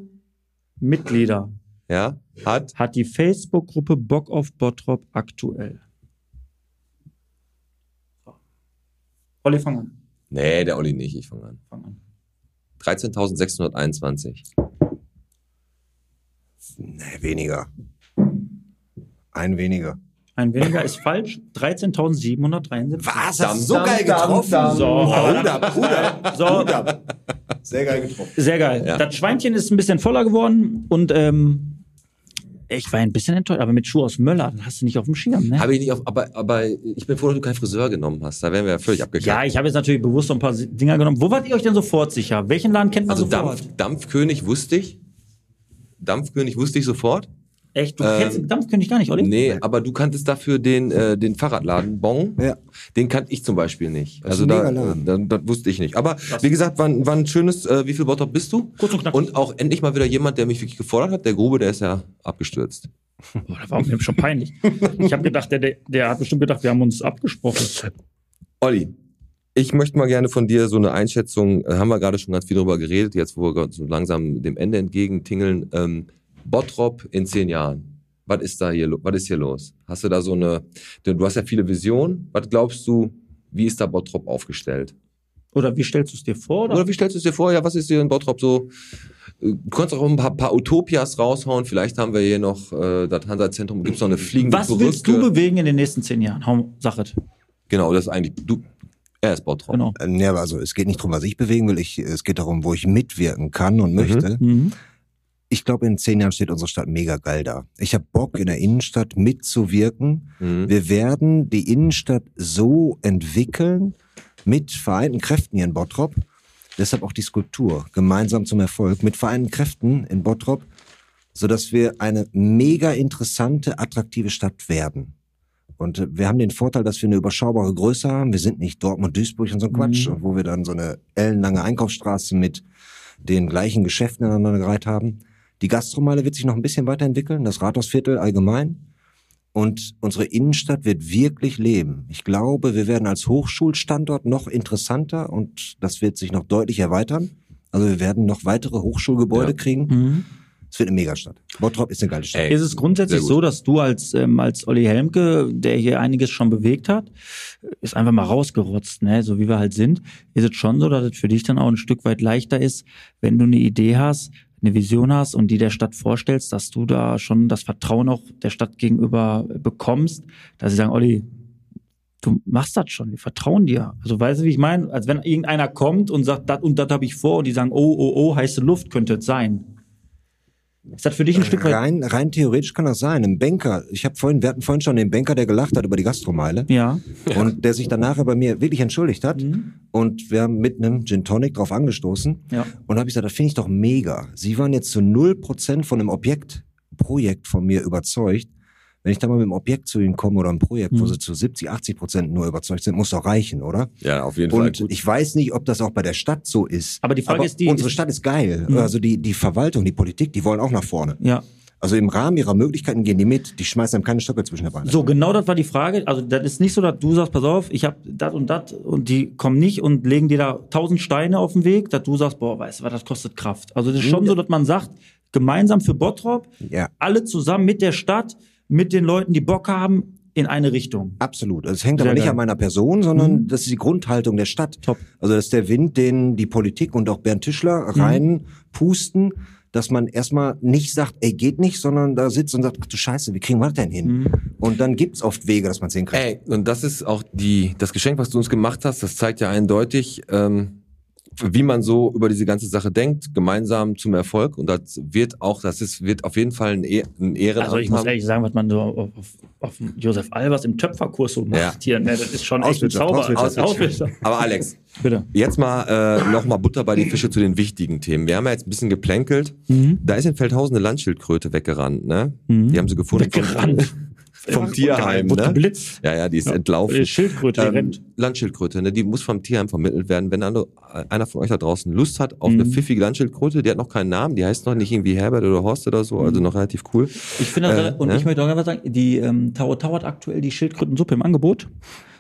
Mitglieder Ja, hat hat die Facebook-Gruppe Bock auf Bottrop aktuell? Olli, fang an. Nee, der Olli nicht, ich fange an. Fang an. 13.621. Nee, weniger. Ein weniger. Ein weniger ist falsch. 13.773. Was? Dam, Hast du so dam, geil dam, getroffen? dam. So, Wow, aber- Hut ab, Hut ab, So. Hut ab. Sehr geil getroffen. Sehr geil. Ja. Das Schweinchen ist ein bisschen voller geworden und ähm, ich war ein bisschen enttäuscht, aber mit Schuh aus Möller, den hast du nicht auf dem Schirm, ne? Habe ich nicht auf, aber, aber ich bin froh, dass du keinen Friseur genommen hast. Da wären wir ja völlig ja, abgekackt. ich habe jetzt natürlich bewusst so ein paar Si- Dinger genommen. Wo wart ihr euch denn sofort sicher? Welchen Laden kennt man also sofort? Dampf, Dampfkönig wusste ich. Dampfkönig wusste ich sofort. Echt? Du ähm, kennst den Dampfkönig gar nicht, oder? Nee, aber du kanntest dafür den, äh, den Fahrradladen Bon. Ja. Den kannte ich zum Beispiel nicht. Das ist also ein da, mega äh, Laden. da, das wusste ich nicht. Aber wie gesagt, war, ein- war ein schönes, äh, wie viel Bottrop bist du? Kurz und knackig. Und auch endlich mal wieder jemand, der mich wirklich gefordert hat. Der Grube, der ist ja abgestürzt. Boah, das war mir schon peinlich. Ich habe gedacht, der, der, der hat bestimmt gedacht, wir haben uns abgesprochen. Olli, ich möchte mal gerne von dir so eine Einschätzung, äh, haben wir gerade schon ganz viel drüber geredet, jetzt wo wir so langsam dem Ende entgegentingeln. Ähm, Bottrop in zehn Jahren. Was ist da hier, lo- was ist hier los? Hast du da so eine, denn du hast ja viele Visionen. Was glaubst du, wie ist da Bottrop aufgestellt? Oder wie stellst du es dir vor? Oder? Oder wie stellst du es dir vor? Ja, was ist hier in Bottrop so? Äh, Du kannst auch ein paar, paar Utopias raushauen. Vielleicht haben wir hier noch äh, das Hansa-Zentrum. Gibt es noch eine fliegende Was Brücke? willst du bewegen in den nächsten zehn Jahren? Hau, sag es. Genau, das ist eigentlich. Du, er ist Bottrop. Genau. Ähm, Ja, aber also es geht nicht darum, was ich bewegen will. Ich, es geht darum, wo ich mitwirken kann und möchte. Mhm. Ich glaube, in zehn Jahren steht unsere Stadt mega geil da. Ich habe Bock, in der Innenstadt mitzuwirken. Mhm. Wir werden die Innenstadt so entwickeln mit vereinten Kräften hier in Bottrop. Deshalb auch die Skulptur gemeinsam zum Erfolg mit vereinten Kräften in Bottrop, sodass wir eine mega interessante, attraktive Stadt werden. Und äh, wir haben den Vorteil, dass wir eine überschaubare Größe haben. Wir sind nicht Dortmund, Duisburg und so ein Quatsch, wo wir dann so eine ellenlange Einkaufsstraße mit den gleichen Geschäften aneinandergereiht haben. Die Gastromeile wird sich noch ein bisschen weiterentwickeln, das Rathausviertel allgemein. Und unsere Innenstadt wird wirklich leben. Ich glaube, wir werden als Hochschulstandort noch interessanter und das wird sich noch deutlich erweitern. Also wir werden noch weitere Hochschulgebäude Ja. kriegen. Mhm. Es wird eine Megastadt. Bottrop ist eine geile Stadt. Ey, Ist es grundsätzlich sehr gut. so, dass du als, ähm, als Olli Helmke, der hier einiges schon bewegt hat, ist einfach mal rausgerotzt, ne? so wie wir halt sind, ist es schon so, dass es für dich dann auch ein Stück weit leichter ist, wenn du eine Idee hast, eine Vision hast und die der Stadt vorstellst, dass du da schon das Vertrauen auch der Stadt gegenüber bekommst, dass sie sagen, Olli, du machst das schon, wir vertrauen dir. Also weißt du, wie ich meine? Als wenn irgendeiner kommt und sagt, das und das habe ich vor und die sagen, oh, oh, oh, heiße Luft könnte es sein. Ist das für Äh, dich ein Stück weit Rein, rein theoretisch kann das sein. Ein Banker, ich habe vorhin, wir hatten vorhin schon den Banker, der gelacht hat über die Gastromeile Ja. Mhm. und der sich dann nachher bei mir wirklich entschuldigt hat. Und wir haben mit einem Gin Tonic drauf angestoßen. Ja. Und habe ich gesagt, das finde ich doch mega. Sie waren jetzt zu 0% von einem Objekt, Projekt von mir überzeugt. Wenn ich da mal mit einem Objekt zu Ihnen komme oder einem Projekt, wo Mhm. Sie zu 70, 80 Prozent nur überzeugt sind, muss doch reichen, oder? Ja, auf jeden Fall. Und ich weiß nicht, ob das auch bei der Stadt so ist. Aber die Frage ist die- Unsere Stadt ist geil. Also die, die Verwaltung, die Politik, die wollen auch nach vorne. Ja. Also im Rahmen ihrer Möglichkeiten gehen die mit, die schmeißen einem keine Stöcke zwischen die Beine. So, genau das war die Frage. Also, das ist nicht so, dass du sagst, pass auf, ich habe das und das und die kommen nicht und legen dir da tausend Steine auf den Weg, dass du sagst, boah, weißt du was, das kostet Kraft. Also, das ist schon so, dass man sagt, gemeinsam für Bottrop, Ja. alle zusammen mit der Stadt, mit den Leuten, die Bock haben, in eine Richtung. Absolut. Also es hängt Sehr aber nicht geil. Mhm. an meiner Person, sondern das ist die Grundhaltung der Stadt. Top. Also das ist der Wind, den die Politik und auch Bernd Tischler Mhm. reinpusten, dass man erstmal nicht sagt, ey, geht nicht, sondern da sitzt und sagt, ach du Scheiße, wie kriegen wir das denn Mhm. hin? Und dann gibt's oft Wege, dass man es hinkriegt. Ey, und das ist auch die, das Geschenk, was du uns gemacht hast, das zeigt ja eindeutig, ähm, wie man so über diese ganze Sache denkt, gemeinsam zum Erfolg. Und das wird auch, das ist, wird auf jeden Fall ein, eh ein Ehrenamt Also ich muss haben. ehrlich sagen, was man so auf, auf, auf Josef Albers im Töpferkurs so macht Ja. hier, ne, das ist schon echt ein Hauswirtschaft, Zauber. Hauswirtschaft. Hauswirtschaft. Aber Alex, Bitte. Jetzt mal äh, nochmal Butter bei die Fische zu den wichtigen Themen. Wir haben ja jetzt ein bisschen geplänkelt. Mhm. Da ist in Feldhausen eine Landschildkröte weggerannt, ne? Die haben sie gefunden. vom- Weggerannt. Vom Tierheim, Wurde ne? Blitz. Ja, ja, die ist Ja. entlaufen. Ähm, Die Schildkröte, die rennt. Landschildkröte, ne? Die muss vom Tierheim vermittelt werden. Wenn eine, einer von euch da draußen Lust hat auf eine Mhm. pfiffige Landschildkröte, die hat noch keinen Namen, die heißt noch nicht irgendwie Herbert oder Horst oder so, Mhm. also noch relativ cool. Ich finde, das- Äh, und ne? ich möchte auch gerne was sagen, die ähm, Tau Tau hat aktuell die Schildkrötensuppe im Angebot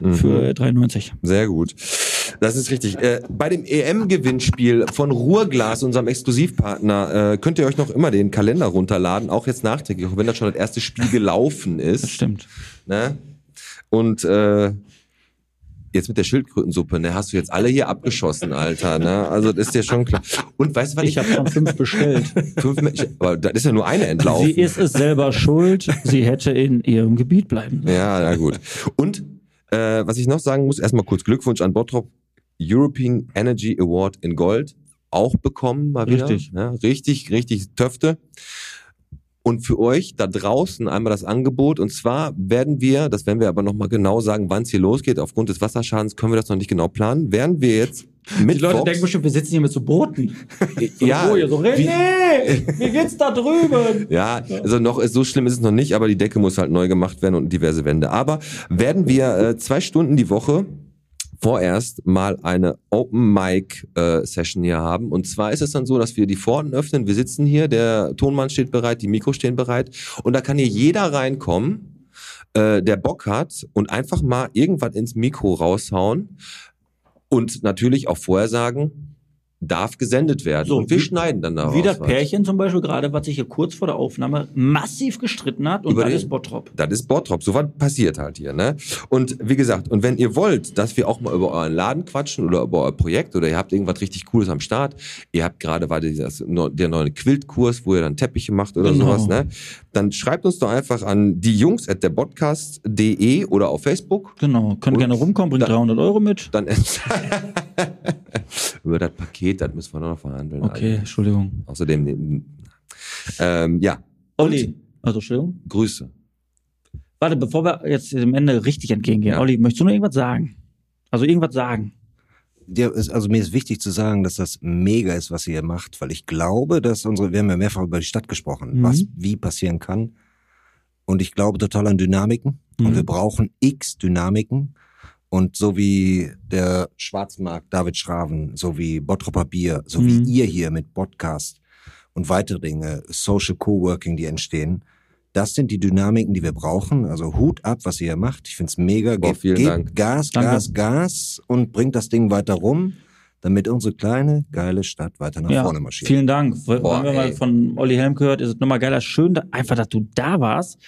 Mhm. für 93. Sehr gut. Das ist richtig. Äh, bei dem EM-Gewinnspiel von Ruhrglas, unserem Exklusivpartner, äh, könnt ihr euch noch immer den Kalender runterladen, auch jetzt nachträglich, auch wenn das schon das erste Spiel gelaufen Das ist. stimmt. Ne? Und äh, jetzt mit der Schildkrötensuppe, ne, hast du jetzt alle hier abgeschossen, Alter. Ne? Also das ist ja schon klar. Und weißt du, was Ich habe schon fünf bestellt. fünf Menschen, aber da ist ja nur eine entlaufen. Sie ist es selber schuld. Sie hätte in ihrem Gebiet bleiben sollen. Ja, na gut. Und äh, was ich noch sagen muss, erstmal kurz Glückwunsch an Bottrop. European Energy Award in Gold auch bekommen mal wieder. Richtig. Ne? Richtig, richtig Töfte. Und für euch da draußen einmal das Angebot. Und zwar werden wir, das werden wir aber nochmal genau sagen, wann es hier losgeht. Aufgrund des Wasserschadens können wir das noch nicht genau planen. Werden wir jetzt mit Die Leute Vox- denken bestimmt, wir sitzen hier mit so Booten. So ja, Boje, so, wie- René, wie geht's da drüben? Ja, also noch ist so schlimm ist es noch nicht, aber die Decke muss halt neu gemacht werden und diverse Wände. Aber werden wir äh, zwei Stunden die Woche vorerst mal eine Open Mic äh, Session hier haben. Und zwar ist es dann so, dass wir die Pforten öffnen. Wir sitzen hier, der Tonmann steht bereit, die Mikros stehen bereit und da kann hier jeder reinkommen, äh, der Bock hat und einfach mal irgendwas ins Mikro raushauen und natürlich auch vorher sagen, darf gesendet werden. So, und wir wie- schneiden dann daraus. Wie das Oh, was. Pärchen zum Beispiel gerade, was sich hier kurz vor der Aufnahme massiv gestritten hat und Über das den- ist Bottrop. Das ist Bottrop. So was passiert halt hier, ne? Und wie gesagt, und wenn ihr wollt, dass wir auch mal über euren Laden quatschen oder über euer Projekt oder ihr habt irgendwas richtig Cooles am Start, ihr habt gerade war dieses, neu- der neue Quiltkurs, wo ihr dann Teppiche macht oder Genau. sowas, ne? Dann schreibt uns doch einfach an die Jungs at der Podcast.de oder auf Facebook. Genau, könnt Und gerne rumkommen, bringt da- 300 Euro mit. Dann über das Paket, das müssen wir noch verhandeln. Okay, Alter. Entschuldigung. Außerdem, ähm, ja, Olli, also Entschuldigung. Grüße. Warte, bevor wir jetzt dem Ende richtig entgegengehen. Ja. Olli, möchtest du noch irgendwas sagen? Also irgendwas sagen. Ja, es- also mir ist wichtig zu sagen, dass das mega ist, was ihr hier macht, weil ich glaube, dass unsere, wir haben ja mehrfach über die Stadt gesprochen, Mhm. was wie passieren kann. Und ich glaube total an Dynamiken. Mhm. Und wir brauchen x Dynamiken. Und so wie der Schwarzmarkt, David Schraven, so wie Bottropper Bier, so Mhm. wie ihr hier mit Podcast und weitere Dinge, Social Coworking, die entstehen, das sind die Dynamiken, die wir brauchen. Also Hut ab, was ihr hier macht. Ich find's mega. Boah, Gebt- vielen gebt Dank. Gas, Danke. Gas, Gas und bringt das Ding weiter rum, damit unsere kleine, geile Stadt weiter nach Ja, vorne marschiert. Vielen Dank. Boah, Boah, Haben wir mal ey. von Olli Helm gehört, ist es nochmal geiler. Schön, da, einfach, dass du da warst.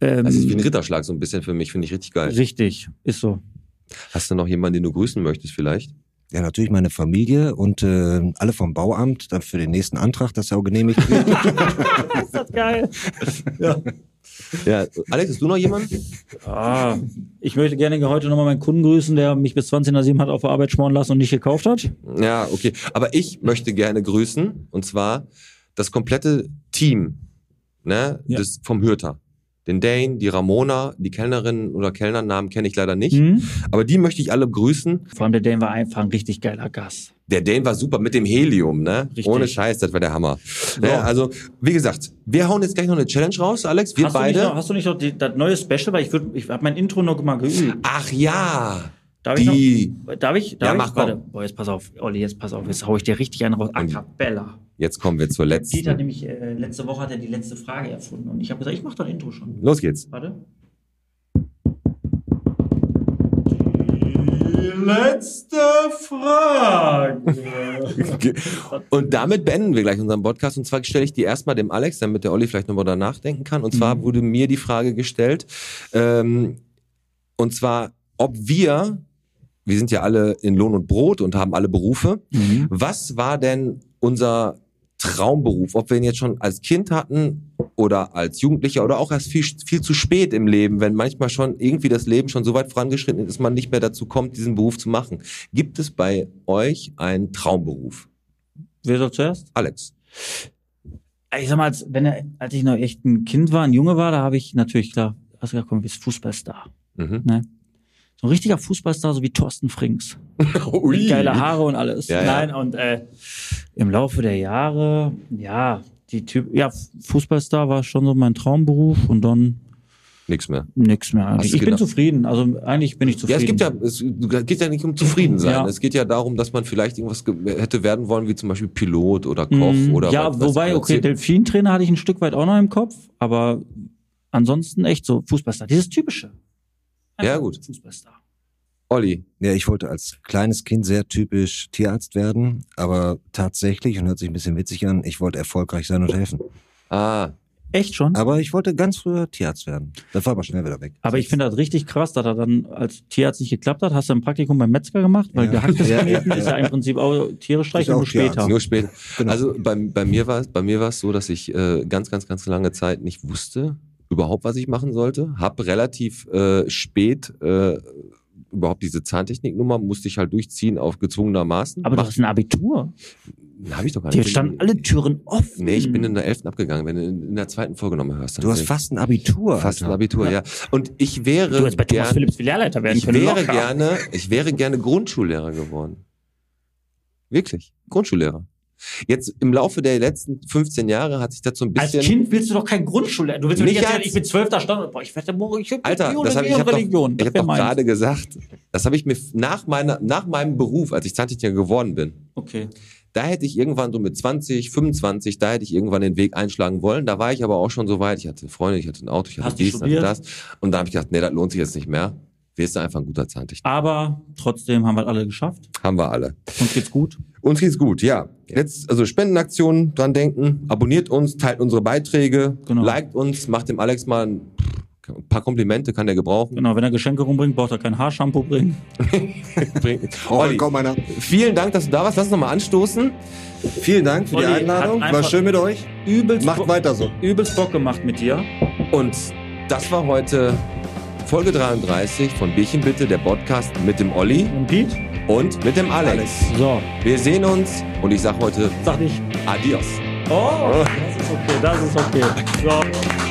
Ähm, Das ist wie ein Ritterschlag so ein bisschen für mich, finde ich richtig geil. richtig, ist so. Hast du noch jemanden, den du grüßen möchtest vielleicht? Ja, natürlich meine Familie und äh, alle vom Bauamt dann für den nächsten Antrag, dass er auch genehmigt wird. Ist das geil? Ja, Alex, hast du noch jemanden? Ah, ich möchte gerne heute nochmal meinen Kunden grüßen, der mich bis 20 nach 7 hat auf der Arbeit schmoren lassen und nicht gekauft hat. Ja, okay. Aber ich möchte gerne grüßen und zwar das komplette Team ne, Ja. des, vom Hürter. Den Dane, die Ramona, die Kellnerinnen oder Kellnernamen kenne ich leider nicht. Mhm. Aber die möchte ich alle grüßen. Vor allem der Dane war einfach ein richtig geiler Gast. Der Dane war super mit dem Helium, ne? Richtig. Ohne Scheiß, das war der Hammer. Ne, also, wie gesagt, wir hauen jetzt gleich noch eine Challenge raus, Alex. Wir hast, Du beide. nicht noch, hast du nicht noch die, das neue Special? Weil ich, würd- ich habe mein Intro noch mal geübt. Ach ja. Darf ich Die, noch? Darf ich? Darf Ja, ich? mach, komm. Warte. Boah, jetzt pass auf. Olli, jetzt pass auf. Jetzt hau ich dir richtig einen raus. A cappella. jetzt kommen wir zur Peter hat letzten. nämlich, äh, letzte Woche hat er die letzte Frage erfunden. Und ich habe gesagt, ich mache doch Intro schon. Los geht's. Warte. Und damit beenden wir gleich unseren Podcast. Und zwar stelle ich die erstmal dem Alex, damit der Olli vielleicht nochmal da nachdenken kann. Und zwar wurde mir die Frage gestellt, ähm, und zwar, ob wir, wir sind ja alle in Lohn und Brot und haben alle Berufe, was war denn unser Traumberuf? Ob wir ihn jetzt schon als Kind hatten oder als Jugendlicher oder auch erst viel, viel zu spät im Leben, wenn manchmal schon irgendwie das Leben schon so weit vorangeschritten ist, dass man nicht mehr dazu kommt, diesen Beruf zu machen. Gibt es bei euch einen Traumberuf? Wer soll zuerst? Alex. Ich sag mal, als, wenn er, als ich noch echt ein Kind war, ein Junge war, da habe ich natürlich klar, hast du gesagt, komm, du bist Fußballstar. Mhm. So ein richtiger Fußballstar, so wie Thorsten Frings. Ui. Geile Haare und alles. Ja, ja. Nein, und äh, im Laufe der Jahre, ja, die Typ, ja, Fußballstar war schon so mein Traumberuf und dann Nix mehr. nix mehr Hast eigentlich. du Ich bin gedacht- zufrieden. Also eigentlich bin ich Ja, zufrieden. es gibt ja, es geht ja nicht um zufrieden sein. Ja. Es geht ja darum, dass man vielleicht irgendwas ge- hätte werden wollen, wie zum Beispiel Pilot oder Koch Mm, oder Ja, was- was- wobei, oder okay, Zähl- Delfintrainer hatte ich ein Stück weit auch noch im Kopf, aber ansonsten echt so Fußballstar. Dieses typische. Ja, gut. Fußballstar. Olli. Ja, ich wollte als kleines Kind sehr typisch Tierarzt werden, aber tatsächlich, und hört sich ein bisschen witzig an, ich wollte erfolgreich sein und helfen. Ah, Echt schon? Aber ich wollte ganz früher Tierarzt werden. Das war aber schnell wieder weg. Aber ich finde das richtig krass, dass er dann als Tierarzt nicht geklappt hat. Hast du ein Praktikum beim Metzger gemacht? Weil Ja. gehacktes Ja, Kneten ja, ist ja. ja im Prinzip auch Tiere streichen Ist auch nur später. Tierarzt, Nur später. Genau. Also bei, bei mir war es bei mir war es so, dass ich äh, ganz ganz ganz lange Zeit nicht wusste überhaupt, was ich machen sollte. Hab relativ äh, spät äh, überhaupt diese Zahntechniknummer musste ich halt durchziehen auf gezwungenermaßen. Aber du hast ein Abitur. Also habe ich doch gar Dir nicht. standen alle Türen offen. Nee, ich bin in der elften abgegangen, wenn du in in der zweiten Folge nochmal hörst. dann Du hast bin ich- fast ein Abitur. fast ein Alter. Abitur, ja. Und ich wäre Du hättest bei Thomas gern- Phillips Filialleiter werden ich können. wäre locker. gerne, ich wäre gerne Grundschullehrer geworden. Wirklich, Grundschullehrer. Jetzt im Laufe der letzten 15 Jahre hat sich dazu ein Als bisschen Kind willst du doch kein Grundschullehrer. Du willst mir Nicht nicht erzählen, als- ich bin zwölfter Standard. Boah, ich werde morgen, ich hab Alter, Religion das und habe ich, ich Ehe hab und doch, Religion. ich Das hab wär doch meins. gerade gesagt. Das habe ich mir f- nach meiner nach meinem Beruf, als ich Zahntechniker geworden bin, Okay. da hätte ich irgendwann so mit 20, 25, da hätte ich irgendwann den Weg einschlagen wollen. Da war ich aber auch schon so weit. Ich hatte Freunde, ich hatte ein Auto, ich hatte Hast du dies, hatte studiert? das. Und da habe ich gedacht, nee, das lohnt sich jetzt nicht mehr. Wirst du einfach ein guter Zahntechniker. Aber trotzdem haben wir alle geschafft. Haben wir alle. Uns geht's gut. Uns geht's gut, ja. Jetzt, also Spendenaktionen, dran denken, abonniert uns, teilt unsere Beiträge, Genau. liked uns, macht dem Alex mal ein ein paar Komplimente, kann der gebrauchen. Genau, wenn er Geschenke rumbringt, braucht er kein Haarshampoo bringen. Bringt- Oh, Olli, komm einer. vielen Dank, dass du da warst. Lass uns nochmal anstoßen. Vielen Dank für Olli die hat Einladung. War einfach- schön mit euch. Übelst, Macht weiter so. übelst Bock gemacht mit dir. Und das war heute Folge 33 von Bierchen bitte, der Podcast mit dem Olli Und Piet? und mit dem Alex. So, Wir sehen uns und ich sage heute sag ich. Adios. Oh, das ist okay, das ist okay. So.